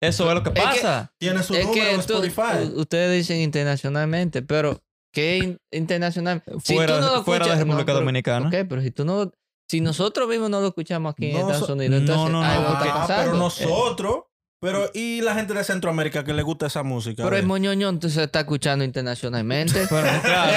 Speaker 2: Eso es lo que
Speaker 4: que-
Speaker 2: pasa.
Speaker 1: Tiene su
Speaker 4: es
Speaker 1: número
Speaker 4: que
Speaker 1: en
Speaker 4: tú-
Speaker 1: Spotify.
Speaker 4: u- ustedes dicen internacionalmente, pero ¿qué in- internacional? Si tú
Speaker 2: fuera
Speaker 4: no lo
Speaker 2: fuera de
Speaker 4: escuchas- no,
Speaker 2: República
Speaker 4: pero-
Speaker 2: Dominicana.
Speaker 4: ok, pero si tú no. Si nosotros mismos no lo escuchamos aquí en
Speaker 1: No,
Speaker 4: Estados
Speaker 1: so-
Speaker 4: Unidos,
Speaker 2: no,
Speaker 4: entonces
Speaker 2: no, no,
Speaker 4: algo
Speaker 2: porque-
Speaker 4: está
Speaker 1: Ah, pero
Speaker 4: pasando. Eh,
Speaker 1: nosotros, Pero, ¿y la gente de Centroamérica que le gusta esa música?
Speaker 4: Pero
Speaker 1: Eh,
Speaker 4: el moñoñón se está escuchando internacionalmente.
Speaker 2: [LAUGHS] Pero,
Speaker 4: [LAUGHS] Eh,
Speaker 2: claro,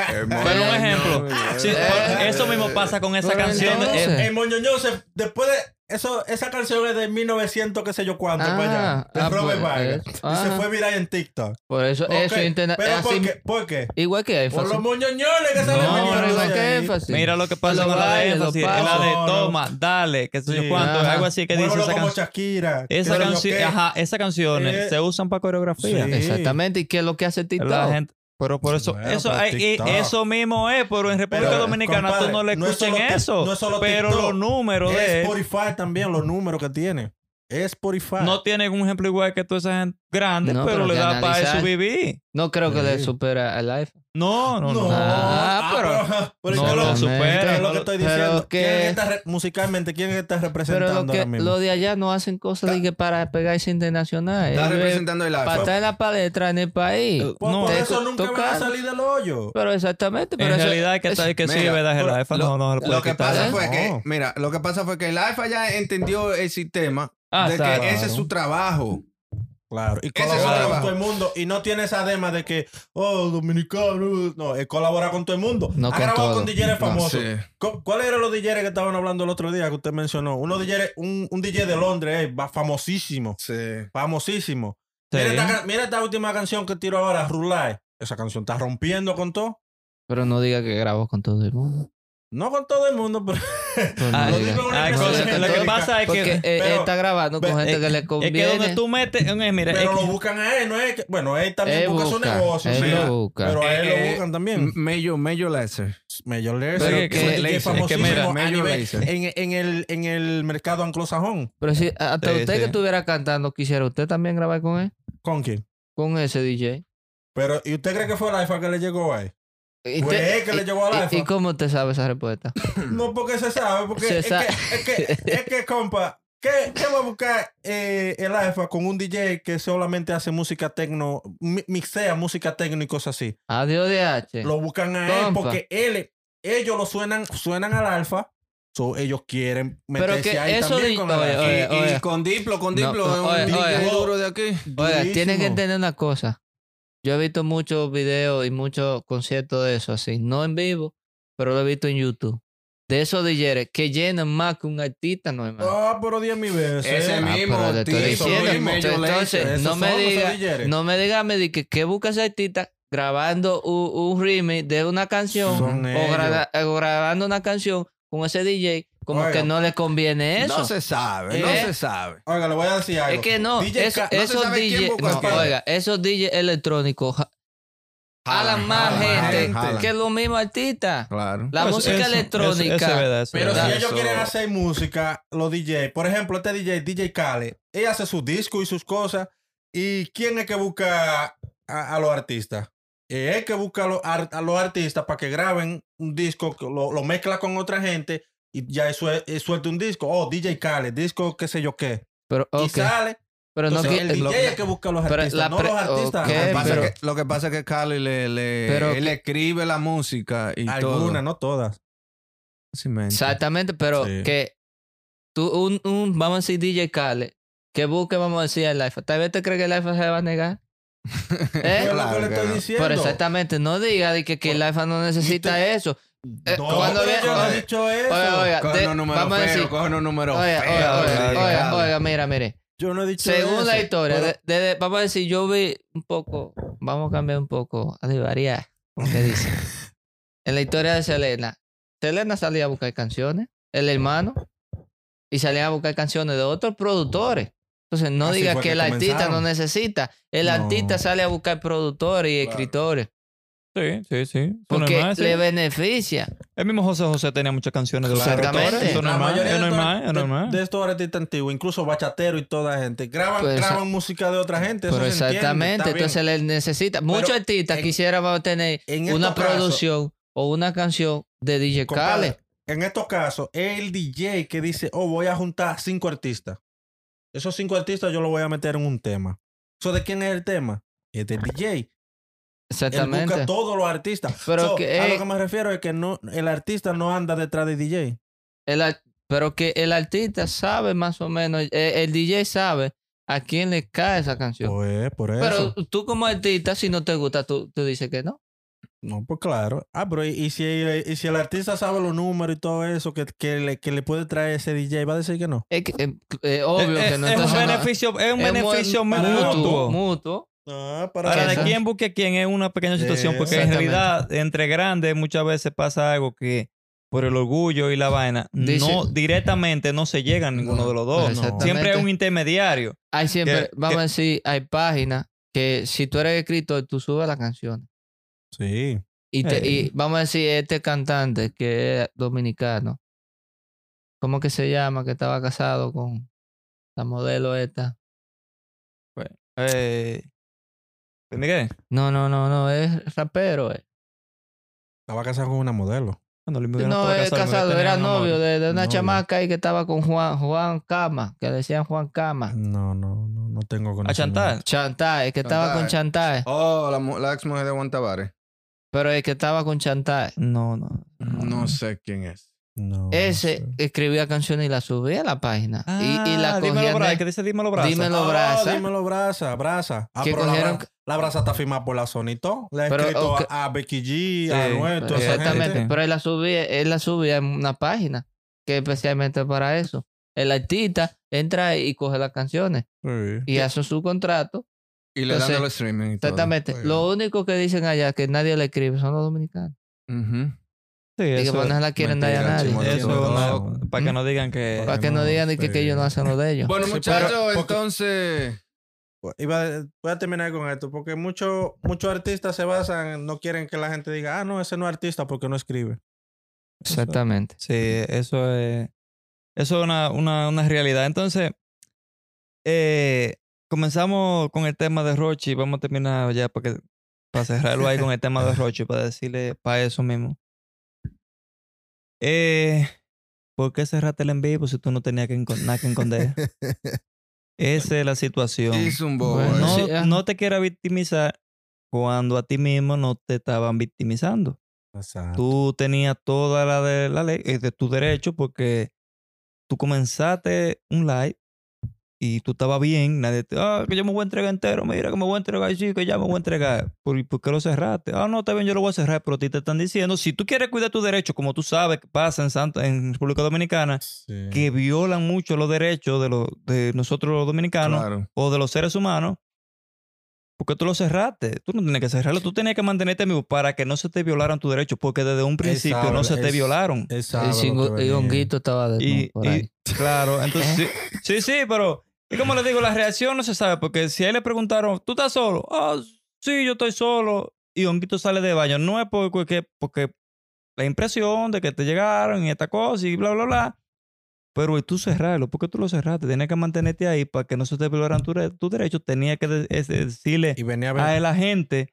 Speaker 2: pero un ejemplo. Sí, por- eso mismo pasa con esa
Speaker 4: Pero
Speaker 2: canción. de- eh,
Speaker 4: entonces-
Speaker 1: El moñoñón, se- eh, después de. Eso, esa canción es de 1900, qué sé yo cuánto,
Speaker 4: Ah,
Speaker 1: para allá. De
Speaker 4: ah,
Speaker 1: Robert
Speaker 4: pues,
Speaker 1: Wagner.
Speaker 4: eh,
Speaker 1: y se
Speaker 4: ah.
Speaker 1: fue viral en TikTok.
Speaker 4: Por eso, eso
Speaker 1: Ok,
Speaker 4: es interna-
Speaker 1: Pero,
Speaker 4: así-
Speaker 1: ¿por qué? ¿Por qué?
Speaker 4: Igual que
Speaker 1: Por
Speaker 4: énfasis.
Speaker 1: los moñoñones que salen
Speaker 2: No,
Speaker 1: viniendo
Speaker 2: pero
Speaker 1: de
Speaker 4: igual que
Speaker 1: ahí.
Speaker 4: énfasis.
Speaker 2: Mira lo que pasa
Speaker 4: Lo
Speaker 2: con la de
Speaker 4: baile, lo
Speaker 2: énfasis,
Speaker 4: paso.
Speaker 2: es la de
Speaker 1: No, no.
Speaker 2: toma, dale, que sé yo
Speaker 1: Sí.
Speaker 2: cuánto,
Speaker 4: Ajá.
Speaker 2: algo así que dice
Speaker 1: Muévelo
Speaker 2: esa
Speaker 1: como
Speaker 2: canción.
Speaker 1: Shakira.
Speaker 2: Esa
Speaker 1: qué sé yo
Speaker 2: canción,
Speaker 1: qué.
Speaker 2: ajá, esas canciones
Speaker 1: Eh,
Speaker 2: se usan para coreografía.
Speaker 1: sí.
Speaker 4: Exactamente. ¿Y qué es lo que hace TikTok?
Speaker 2: La gente, pero por eso,
Speaker 1: Bueno,
Speaker 2: eso,
Speaker 1: pero
Speaker 2: hay- y-
Speaker 1: TikTok.
Speaker 2: eso mismo es, pero en República
Speaker 1: Pero,
Speaker 2: Dominicana
Speaker 1: compadre,
Speaker 2: tú no le
Speaker 1: no es
Speaker 2: escuchen
Speaker 1: solo tic-
Speaker 2: eso.
Speaker 1: no es solo
Speaker 2: pero
Speaker 1: TikTok,
Speaker 2: los números
Speaker 1: Es
Speaker 2: de
Speaker 1: Spotify también, los números que tiene. Es Spotify.
Speaker 2: no tienen un ejemplo igual que toda esa gente grande,
Speaker 4: No,
Speaker 2: pero,
Speaker 4: pero
Speaker 2: le
Speaker 4: de
Speaker 2: da para eso
Speaker 4: analizar.
Speaker 2: vivir.
Speaker 4: No creo que le
Speaker 1: Sí.
Speaker 4: supera al iPhone.
Speaker 2: No, no, no.
Speaker 4: Ah, pero-
Speaker 1: pero [LAUGHS]
Speaker 2: no
Speaker 1: yo
Speaker 2: lo
Speaker 1: lo,
Speaker 2: supera.
Speaker 1: es lo
Speaker 2: no
Speaker 1: que
Speaker 2: lo-
Speaker 1: estoy
Speaker 4: pero
Speaker 1: diciendo.
Speaker 4: que-
Speaker 1: ¿Quién está re- musicalmente, quién está
Speaker 4: Pero lo,
Speaker 1: representando
Speaker 4: que,
Speaker 1: ahora mismo?
Speaker 4: lo de allá no hacen cosas de que para pegarse internacional.
Speaker 2: eh,
Speaker 3: Está
Speaker 4: Ellos es
Speaker 3: representando el
Speaker 4: Para
Speaker 3: iPhone.
Speaker 4: estar en la palestra en el país.
Speaker 1: Por,
Speaker 2: no,
Speaker 1: Pues, por
Speaker 4: te-
Speaker 1: eso nunca van a
Speaker 4: tocar-
Speaker 1: salir del hoyo.
Speaker 4: Pero exactamente. Pero
Speaker 2: en
Speaker 4: eso-
Speaker 2: realidad es que, está- que sí,
Speaker 3: Mira,
Speaker 2: ¿verdad? El
Speaker 3: pero
Speaker 2: iPhone no, no lo puede
Speaker 3: Lo que
Speaker 2: quitar.
Speaker 3: pasa
Speaker 4: ¿eh?
Speaker 3: fue que,
Speaker 1: No.
Speaker 3: mira, lo que pasa fue que el iPhone ya entendió el sistema
Speaker 2: Ah,
Speaker 3: de
Speaker 2: claro.
Speaker 3: que ese es su trabajo.
Speaker 1: Claro, y
Speaker 3: Ese es
Speaker 1: colabora
Speaker 3: otro
Speaker 1: con
Speaker 3: trabajo.
Speaker 1: todo el mundo. Y no tiene esa dema de que, oh, dominicano. No, él colabora con todo el mundo.
Speaker 4: No
Speaker 1: ha
Speaker 4: con
Speaker 1: grabado
Speaker 4: todo.
Speaker 1: con DJs famosos.
Speaker 3: Sí.
Speaker 1: Co- ¿Cuáles eran los DJs que estaban hablando el otro día que usted mencionó? Uno DJ, un, un DJ de Londres, eh, va- famosísimo.
Speaker 3: Sí.
Speaker 1: Famosísimo.
Speaker 2: Sí.
Speaker 1: Mira, esta, ca- mira esta última canción que tiro ahora, Rulay. Esa canción está rompiendo con todo.
Speaker 4: Pero no diga que grabó con todo el mundo.
Speaker 1: No con todo el mundo, [LAUGHS] pero.
Speaker 4: Pero no
Speaker 2: Ah,
Speaker 1: Lo
Speaker 4: diga.
Speaker 1: digo en una
Speaker 2: ah,
Speaker 1: cosa
Speaker 2: cosa-
Speaker 1: genérica.
Speaker 2: lo que pasa es
Speaker 4: Porque
Speaker 2: que,
Speaker 4: eh, él
Speaker 1: pero-
Speaker 4: está grabando con
Speaker 1: pero-
Speaker 4: gente que
Speaker 2: es
Speaker 4: le
Speaker 2: que
Speaker 4: conviene.
Speaker 2: donde tú metes, eh, mira,
Speaker 1: Pero
Speaker 2: es
Speaker 1: lo
Speaker 2: que-
Speaker 1: buscan a él, no es que. Bueno, él también
Speaker 4: Él
Speaker 1: busca, su
Speaker 4: busca,
Speaker 1: negocio.
Speaker 4: él
Speaker 1: sí,
Speaker 4: lo
Speaker 1: ah,
Speaker 4: busca.
Speaker 1: Pero a él lo
Speaker 3: Eh,
Speaker 1: buscan
Speaker 3: M-
Speaker 1: también.
Speaker 3: Mayo, Mayo Lesser.
Speaker 1: Major Lazer,
Speaker 2: Pero
Speaker 1: que
Speaker 2: que-
Speaker 1: es un
Speaker 2: que-
Speaker 1: DJ
Speaker 2: es que
Speaker 1: famosísimo
Speaker 2: mira,
Speaker 1: a
Speaker 3: Major
Speaker 1: nivel-
Speaker 3: Lazer.
Speaker 1: en, en el, en el mercado anglosajón.
Speaker 4: Pero si hasta
Speaker 2: Sí,
Speaker 4: usted
Speaker 2: sí.
Speaker 4: que estuviera cantando quisiera usted también grabar con él,
Speaker 1: ¿Con quién?
Speaker 4: con ese DJ.
Speaker 1: Pero, ¿y usted cree que fue el iPhone que le llegó ahí?
Speaker 4: ¿Y,
Speaker 1: Pues
Speaker 4: usted-
Speaker 1: es que le
Speaker 4: y-
Speaker 1: llegó al
Speaker 4: y-
Speaker 1: iPhone.
Speaker 4: ¿Y cómo usted sabe esa respuesta?
Speaker 1: No, porque se sabe, porque
Speaker 4: Se
Speaker 1: es,
Speaker 4: sa-
Speaker 1: Que, es, que, es que, compa, ¿qué, qué va a buscar eh, el alfa con un DJ que solamente hace música tecno, mi- mixea música tecno y cosas así?
Speaker 4: Adiós de H.
Speaker 1: Lo buscan a él
Speaker 4: Compa.
Speaker 1: porque él, ellos lo suenan, suenan al alfa, so ellos quieren
Speaker 4: Pero
Speaker 1: meterse
Speaker 4: que
Speaker 1: ahí
Speaker 4: eso
Speaker 1: también
Speaker 4: di-
Speaker 1: con el
Speaker 4: oye,
Speaker 1: alfa.
Speaker 4: oye,
Speaker 3: Y- y,
Speaker 4: Eh, oye.
Speaker 3: con Diplo, con
Speaker 4: No,
Speaker 3: Diplo.
Speaker 4: no,
Speaker 3: es un
Speaker 4: oye,
Speaker 3: DJ
Speaker 1: oye.
Speaker 3: duro de aquí.
Speaker 4: Oiga,
Speaker 1: Durísimo.
Speaker 4: tienen que entender una cosa. Yo he visto muchos videos y muchos conciertos de eso, así. No en vivo, pero lo he visto en YouTube. De esos DJs que llenan más que un artista, no hermano.
Speaker 1: Ah, pero 10 mil veces. eh.
Speaker 3: Ese
Speaker 4: Ah,
Speaker 3: mismo,
Speaker 4: pero le estoy
Speaker 3: tío,
Speaker 4: diciendo,
Speaker 3: mismo,
Speaker 4: entonces,
Speaker 3: yo le hice.
Speaker 4: entonces,
Speaker 1: Esos
Speaker 4: no me
Speaker 1: son los
Speaker 4: diga,
Speaker 1: DJs.
Speaker 4: no me diga, me di que, que busca ese artista grabando u- un, remix de una canción
Speaker 1: Son
Speaker 4: o,
Speaker 1: ellos.
Speaker 4: gra- o grabando una canción con ese DJ, como
Speaker 1: Oiga.
Speaker 4: que no le conviene eso.
Speaker 3: No se sabe, no
Speaker 4: Eh.
Speaker 3: se sabe.
Speaker 1: Oiga, le voy a decir algo.
Speaker 4: es que no,
Speaker 1: DJ
Speaker 4: eso-
Speaker 1: Ka-
Speaker 3: no se
Speaker 4: esos
Speaker 3: sabe quién
Speaker 4: DJ,
Speaker 3: busca
Speaker 4: no,
Speaker 3: quién.
Speaker 4: oiga, esos DJ electrónicos ja- jalan más
Speaker 3: jalan,
Speaker 4: gente
Speaker 3: jalan.
Speaker 4: que los mismos artistas.
Speaker 3: Claro.
Speaker 4: La
Speaker 2: Pues
Speaker 4: música
Speaker 2: eso, eso-
Speaker 4: electrónica.
Speaker 2: eso es verdad, eso es
Speaker 1: Pero
Speaker 2: verdad.
Speaker 1: si ellos
Speaker 3: Eso-
Speaker 1: quieren hacer música, los DJ, por ejemplo, este DJ, DJ Kale, él hace sus discos y sus cosas. ¿Y quién es que busca a, a los artistas? Es que busca a los, ar- a los artistas para que graben un disco, que lo, lo mezcla con otra gente y ya eso es- eh, suelta un disco. Oh, DJ Kale, disco qué sé yo qué.
Speaker 4: pero,
Speaker 1: Y
Speaker 4: ok,
Speaker 1: sale.
Speaker 4: pero no
Speaker 1: Entonces,
Speaker 4: que-
Speaker 1: el
Speaker 4: lo-
Speaker 1: DJ es que busca a los
Speaker 4: pero
Speaker 1: artistas,
Speaker 4: la
Speaker 1: no
Speaker 4: pre-
Speaker 1: los artistas.
Speaker 4: ok,
Speaker 3: Lo que pasa
Speaker 4: Eh, pero-
Speaker 3: es que- lo que pasa es que Carly le, le-
Speaker 4: Pero
Speaker 3: él
Speaker 4: que-
Speaker 3: escribe la música y
Speaker 1: Algunas,
Speaker 3: todo.
Speaker 1: no todas.
Speaker 3: Fácilmente.
Speaker 4: Exactamente, pero
Speaker 1: Sí.
Speaker 4: que tú, un, un, vamos a decir DJ Khaled, que busque, vamos a decir el life. Tal vez te crees que el life se va
Speaker 1: [LAUGHS]
Speaker 4: a negar.
Speaker 1: Es
Speaker 4: ¿Eh?
Speaker 1: lo que
Speaker 3: Claro
Speaker 1: le
Speaker 3: que
Speaker 1: estoy
Speaker 3: no.
Speaker 1: diciendo.
Speaker 4: Pero exactamente, no diga de que, que el life no necesita eso. Eh,
Speaker 1: Pues, No,
Speaker 4: cuando
Speaker 1: pero
Speaker 4: ve-
Speaker 1: yo no he
Speaker 4: oye,
Speaker 1: dicho eso.
Speaker 4: oiga, oiga,
Speaker 3: Coge
Speaker 4: de-
Speaker 3: unos números
Speaker 4: vamos a
Speaker 3: feos,
Speaker 4: decir,
Speaker 3: coge unos números
Speaker 4: oiga,
Speaker 3: feos,
Speaker 4: oiga, oiga,
Speaker 3: Carly.
Speaker 4: oiga, oiga, mira, mire.
Speaker 1: yo no he dicho
Speaker 4: Según la
Speaker 1: eso.
Speaker 4: historia,
Speaker 1: Pero-
Speaker 4: de- de- de- vamos a decir, yo vi un poco, vamos a cambiar un poco, a variar, como que
Speaker 1: [LAUGHS]
Speaker 4: dice. en la historia de Selena, Selena salía a buscar canciones, el hermano, y salía a buscar canciones de otros productores. Entonces, no
Speaker 1: Así
Speaker 4: diga
Speaker 1: fue
Speaker 4: que,
Speaker 1: que
Speaker 4: el artista no
Speaker 1: comenzaron.
Speaker 4: necesita, el
Speaker 1: No.
Speaker 4: artista sale a buscar productores y escritores,
Speaker 2: Sí, sí, sí. Son
Speaker 4: porque
Speaker 2: hermanos, sí.
Speaker 4: le beneficia.
Speaker 2: El mismo José José tenía muchas canciones de los
Speaker 4: Exactamente.
Speaker 2: autores. Eso es
Speaker 1: La
Speaker 2: normal,
Speaker 1: mayoría
Speaker 2: es
Speaker 1: de
Speaker 2: normal,
Speaker 1: estos-
Speaker 2: es
Speaker 1: de-
Speaker 2: normal.
Speaker 1: De, estos artistas antiguos, incluso bachatero y toda gente, graban,
Speaker 4: Pues,
Speaker 1: graban música de otra gente. Eso
Speaker 4: Pero
Speaker 1: se entiende,
Speaker 4: exactamente,
Speaker 1: está bien.
Speaker 4: entonces le necesita. Muchos artistas
Speaker 1: en-
Speaker 4: quisieran tener
Speaker 1: en
Speaker 4: una
Speaker 1: estos casos,
Speaker 4: producción o una canción de DJ Khaled.
Speaker 1: compadre, En estos casos, es el DJ que dice, oh, voy a juntar cinco artistas. Esos cinco artistas yo los voy a meter en un tema. ¿Eso de quién es el tema? Es del DJ. Él busca
Speaker 4: Exactamente.
Speaker 1: a todos los artistas.
Speaker 4: Pero
Speaker 1: So,
Speaker 4: que-
Speaker 1: a lo que me refiero es que no, el artista no anda detrás de DJ.
Speaker 4: El ar- pero que el artista sabe más o menos, eh, el, DJ sabe a quién le cae esa canción.
Speaker 1: Pues, por eso.
Speaker 4: Pero tú como artista, si no te gusta, tú, tú dices que no.
Speaker 1: No, pues claro. Ah, pero y, y si, y si el artista sabe los números y todo eso que, que, le, que le puede traer ese DJ, va a decir que no.
Speaker 4: Es que, eh, eh, obvio
Speaker 2: Es-
Speaker 4: que no.
Speaker 2: es,
Speaker 4: entonces
Speaker 2: un
Speaker 4: no-
Speaker 2: beneficio, es un
Speaker 4: es mu-
Speaker 2: beneficio
Speaker 4: mutuo.
Speaker 2: mutuo.
Speaker 4: mutuo.
Speaker 1: Ah,
Speaker 2: Ahora, de
Speaker 4: Exacto.
Speaker 2: quién busque a quién es una pequeña situación,
Speaker 1: Eh,
Speaker 2: porque en
Speaker 4: exactamente.
Speaker 2: realidad, entre grandes, muchas veces pasa algo que por el orgullo y la vaina,
Speaker 4: Dice-
Speaker 2: no directamente no se llega a ninguno
Speaker 3: No,
Speaker 2: de los dos.
Speaker 1: no.
Speaker 4: Exactamente.
Speaker 2: Siempre hay un intermediario.
Speaker 4: Hay siempre,
Speaker 2: que-
Speaker 4: vamos a decir, hay páginas que si tú eres escritor, tú subes las canciones.
Speaker 1: Sí.
Speaker 4: Y, te-
Speaker 2: Ey.
Speaker 4: y vamos a decir, este cantante que es dominicano, ¿cómo que se llama? Que estaba casado con la modelo esta.
Speaker 2: Eh, Miguel,
Speaker 4: No, no, no, no, es rapero. eh.
Speaker 1: Estaba casado con una modelo.
Speaker 2: cuando Luis Miguel
Speaker 4: No,
Speaker 2: estaba
Speaker 4: es casado,
Speaker 2: Luis Miguel
Speaker 4: era
Speaker 2: tenía una
Speaker 4: novio
Speaker 2: novia.
Speaker 4: de, de una
Speaker 1: Novio.
Speaker 4: chamaca ahí que estaba con Juan, Juan Cama, que le decían Juan Cama.
Speaker 1: No, no, no, no tengo
Speaker 2: A
Speaker 1: conocimiento.
Speaker 2: chantar.
Speaker 4: Chantaje, que estaba con Chantaje.
Speaker 3: Oh, la, mu- la ex mujer de Juan Tavares.
Speaker 4: Pero el que estaba con Chantaje.
Speaker 2: No, no.
Speaker 4: Mm.
Speaker 3: No sé quién es.
Speaker 1: No, no
Speaker 4: Ese
Speaker 1: sé.
Speaker 4: escribía canciones y la subía a la página. y, y la
Speaker 2: Ah, dímelo,
Speaker 4: cogían.
Speaker 2: Bra,
Speaker 4: de-
Speaker 2: ¿Qué dice? Dímelo, Braza.
Speaker 4: Dímelo,
Speaker 1: Ah,
Speaker 4: Brasa.
Speaker 1: dímelo, Brasa, Brasa. Ah,
Speaker 4: Que
Speaker 1: pero la
Speaker 4: cogieron-
Speaker 1: Bra- La Brasa está firmada por la Sonito. Le ha
Speaker 4: Pero,
Speaker 1: escrito
Speaker 4: ok.
Speaker 1: a, a Becky G, a
Speaker 2: Sí,
Speaker 1: Anuel, toda esa
Speaker 4: Exactamente.
Speaker 1: gente.
Speaker 2: gente.
Speaker 4: Pero él la subía, él la subía en una página que es especialmente para eso. El artista entra y coge las canciones
Speaker 1: Sí.
Speaker 4: y hace su contrato.
Speaker 3: Y le dan
Speaker 4: Entonces,
Speaker 3: el streaming. y todo.
Speaker 4: Exactamente.
Speaker 3: Oiga.
Speaker 4: Lo único que dicen allá que nadie le escribe son los dominicanos.
Speaker 3: Ujú.
Speaker 2: Sí,
Speaker 4: Y que
Speaker 2: eso-
Speaker 4: pues, no la quieren dar
Speaker 3: mentira,
Speaker 4: a nadie.
Speaker 3: chimo,
Speaker 2: eso
Speaker 1: no.
Speaker 2: no, para que no digan que...
Speaker 4: Para que no digan ni que,
Speaker 1: Sí.
Speaker 4: que ellos no hacen lo de ellos.
Speaker 3: Bueno,
Speaker 1: Sí,
Speaker 3: muchachos,
Speaker 1: pero- porque-
Speaker 3: entonces.
Speaker 1: Iba a- voy a terminar con esto, porque muchos muchos artistas se basan, no quieren que la gente diga, ah, no, ese no es artista porque no escribe.
Speaker 4: Exactamente.
Speaker 2: Sí, eso es, eso es una, una, una realidad. Entonces, eh, comenzamos con el tema de Rochi. Vamos a terminar ya para, que- para cerrarlo ahí con el tema de Rochi, para decirle para eso mismo. Eh, ¿Por qué cerraste el en vivo si tú no tenías que encon- nada que [LAUGHS] esconder? Esa es la situación.
Speaker 3: Hizo un bobo.
Speaker 1: Pues,
Speaker 4: Bueno,
Speaker 3: eh.
Speaker 4: sí,
Speaker 2: Pues, No,
Speaker 1: ah.
Speaker 4: ajá.
Speaker 2: no te quieras victimizar cuando a ti mismo no te estaban victimizando
Speaker 1: Exacto.
Speaker 2: tú tenías toda la de la ley, eh, de tu derecho, porque tú comenzaste un live y tú estabas bien. Nadie te, ah, que yo me voy a entregar entero, mira que me voy a entregar, sí, que ya me voy a entregar. ¿Por, por qué lo cerraste? Ah, no, está bien, yo lo voy a cerrar, pero a ti te están diciendo, si tú quieres cuidar tu derecho, como tú sabes que pasa en, Santa, en República Dominicana,
Speaker 1: Sí.
Speaker 2: que violan mucho los derechos de, los de nosotros los dominicanos
Speaker 3: Claro.
Speaker 2: o de los seres humanos, porque tú lo cerraste. Tú no tenías que cerrarlo, tú tenías que mantenerte vivo para que no se te violaran tus derechos, porque desde un principio
Speaker 1: Exacto,
Speaker 2: no se te
Speaker 1: es-
Speaker 2: violaron.
Speaker 1: Él sabe
Speaker 4: Y, sin-
Speaker 1: lo que
Speaker 4: y
Speaker 1: venía.
Speaker 4: Honguito estaba de
Speaker 2: Y,
Speaker 4: por
Speaker 2: y-
Speaker 4: ahí.
Speaker 2: claro, entonces [LAUGHS] sí, sí, sí, pero y como les digo, la reacción no se sabe, porque si a él le preguntaron, ¿tú estás solo? Ah, sí, yo estoy solo. Y Honguito sale de baño. No es porque, porque, porque la impresión de que te llegaron y esta cosa y bla, bla, bla. Pero y tú cerrarlo, ¿por qué tú lo cerraste? Tenías que mantenerte ahí para que no se te violaran tus re- tus derechos. Tenías que de- es- decirle
Speaker 1: Y venía a ver Oh.
Speaker 2: a la gente.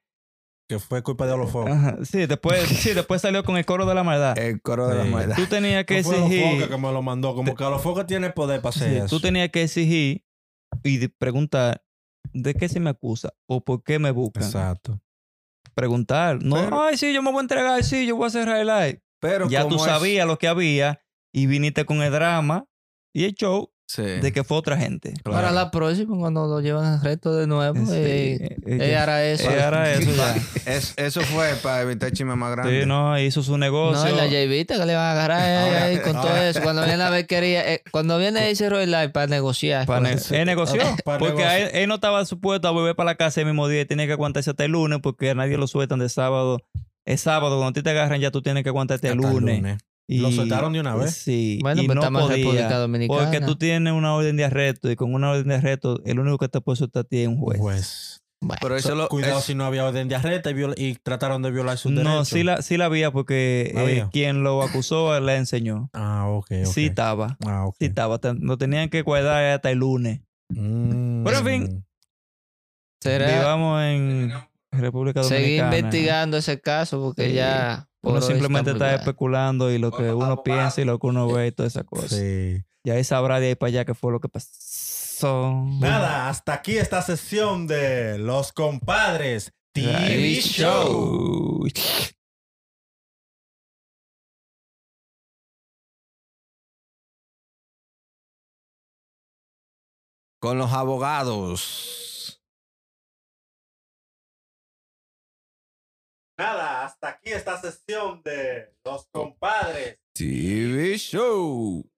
Speaker 1: que fue culpa de Olofón.
Speaker 2: Ajá,
Speaker 1: [LAUGHS]
Speaker 2: Sí, después, sí, después salió con el coro de la maldad.
Speaker 3: El coro de la
Speaker 1: Sí.
Speaker 3: muela.
Speaker 2: Tú tenías que
Speaker 1: Eh, No fue Olofoca
Speaker 2: exigir.
Speaker 1: que me lo mandó. Como que Olofoca tiene poder para hacer
Speaker 2: sí,
Speaker 1: eso.
Speaker 2: tú tenías que exigir y de- preguntar de qué se me acusa o por qué me buscan.
Speaker 1: Exacto.
Speaker 2: Preguntar. No,
Speaker 1: Pero-
Speaker 2: ay, sí, yo me voy a entregar, sí, yo voy a cerrar el live.
Speaker 3: Pero
Speaker 2: Ya
Speaker 3: como
Speaker 2: tú
Speaker 3: es-
Speaker 2: sabías lo que había y viniste con el drama y el show
Speaker 3: Sí.
Speaker 2: de que fue otra gente.
Speaker 3: Claro.
Speaker 4: Para la próxima, cuando lo llevan al reto de nuevo,
Speaker 2: Sí,
Speaker 4: eh,
Speaker 2: eh,
Speaker 4: ella
Speaker 2: ya-
Speaker 4: hará eso.
Speaker 2: ella hará eso ya.
Speaker 3: [LAUGHS] Es- eso fue para evitar chisme más grande.
Speaker 2: Sí, no, hizo su
Speaker 4: [LAUGHS] No,
Speaker 2: negocio.
Speaker 4: y la Javita que le van a agarrar ahí, ahí, con todo eso. Cuando viene
Speaker 2: [LAUGHS]
Speaker 4: la bequería, eh, cuando viene ese Roy Live para negociar. pues,
Speaker 2: Para
Speaker 4: con-
Speaker 2: ne- él negoció.
Speaker 1: Para
Speaker 2: porque
Speaker 1: negocio.
Speaker 2: él, él no estaba supuesto a volver para la casa el mismo día y tenía que aguantarse hasta el lunes porque a nadie lo sueltan de sábado. Es sábado, cuando a ti te agarran ya tú tienes que aguantarte el
Speaker 1: Hasta el
Speaker 2: lunes. Y-
Speaker 1: Lo soltaron de una vez.
Speaker 2: Sí.
Speaker 4: bueno,
Speaker 2: y
Speaker 4: pero
Speaker 2: no
Speaker 4: estamos en
Speaker 2: podía,
Speaker 4: República Dominicana.
Speaker 2: Porque tú tienes una orden de arresto y con una orden de arresto el único que te puede soltar a ti es un juez.
Speaker 1: Pues.
Speaker 4: Bueno,
Speaker 3: Pero eso lo.
Speaker 1: Cuidado
Speaker 3: es-
Speaker 1: si no había orden de arresto y, viola- y trataron de violar sus derechos.
Speaker 2: No, sí la, sí la había porque
Speaker 1: ¿La
Speaker 2: eh,
Speaker 1: había?
Speaker 2: quien lo acusó la enseñó.
Speaker 1: Ah, ok, ok.
Speaker 2: Sí estaba.
Speaker 1: Ah, ok.
Speaker 2: Sí estaba. Te- Lo tenían que guardar hasta el lunes.
Speaker 1: Mm.
Speaker 2: Pero, en fin.
Speaker 4: será
Speaker 2: Vivamos en República Dominicana.
Speaker 4: seguir investigando ese caso porque
Speaker 2: Sí.
Speaker 4: ya. por
Speaker 2: Uno
Speaker 4: hoy
Speaker 2: simplemente
Speaker 4: muy
Speaker 2: está
Speaker 4: bueno.
Speaker 2: especulando y lo que uno piensa y lo que uno ve y todas esas cosas.
Speaker 1: Sí.
Speaker 2: Y ahí sabrá de ahí para allá qué fue lo que pasó.
Speaker 1: Nada, hasta aquí esta sesión de Los Compadres TV
Speaker 4: Right.
Speaker 1: Show.
Speaker 2: Uy.
Speaker 3: con los abogados.
Speaker 1: Nada, hasta aquí esta sesión de los compadres.
Speaker 3: TV Show.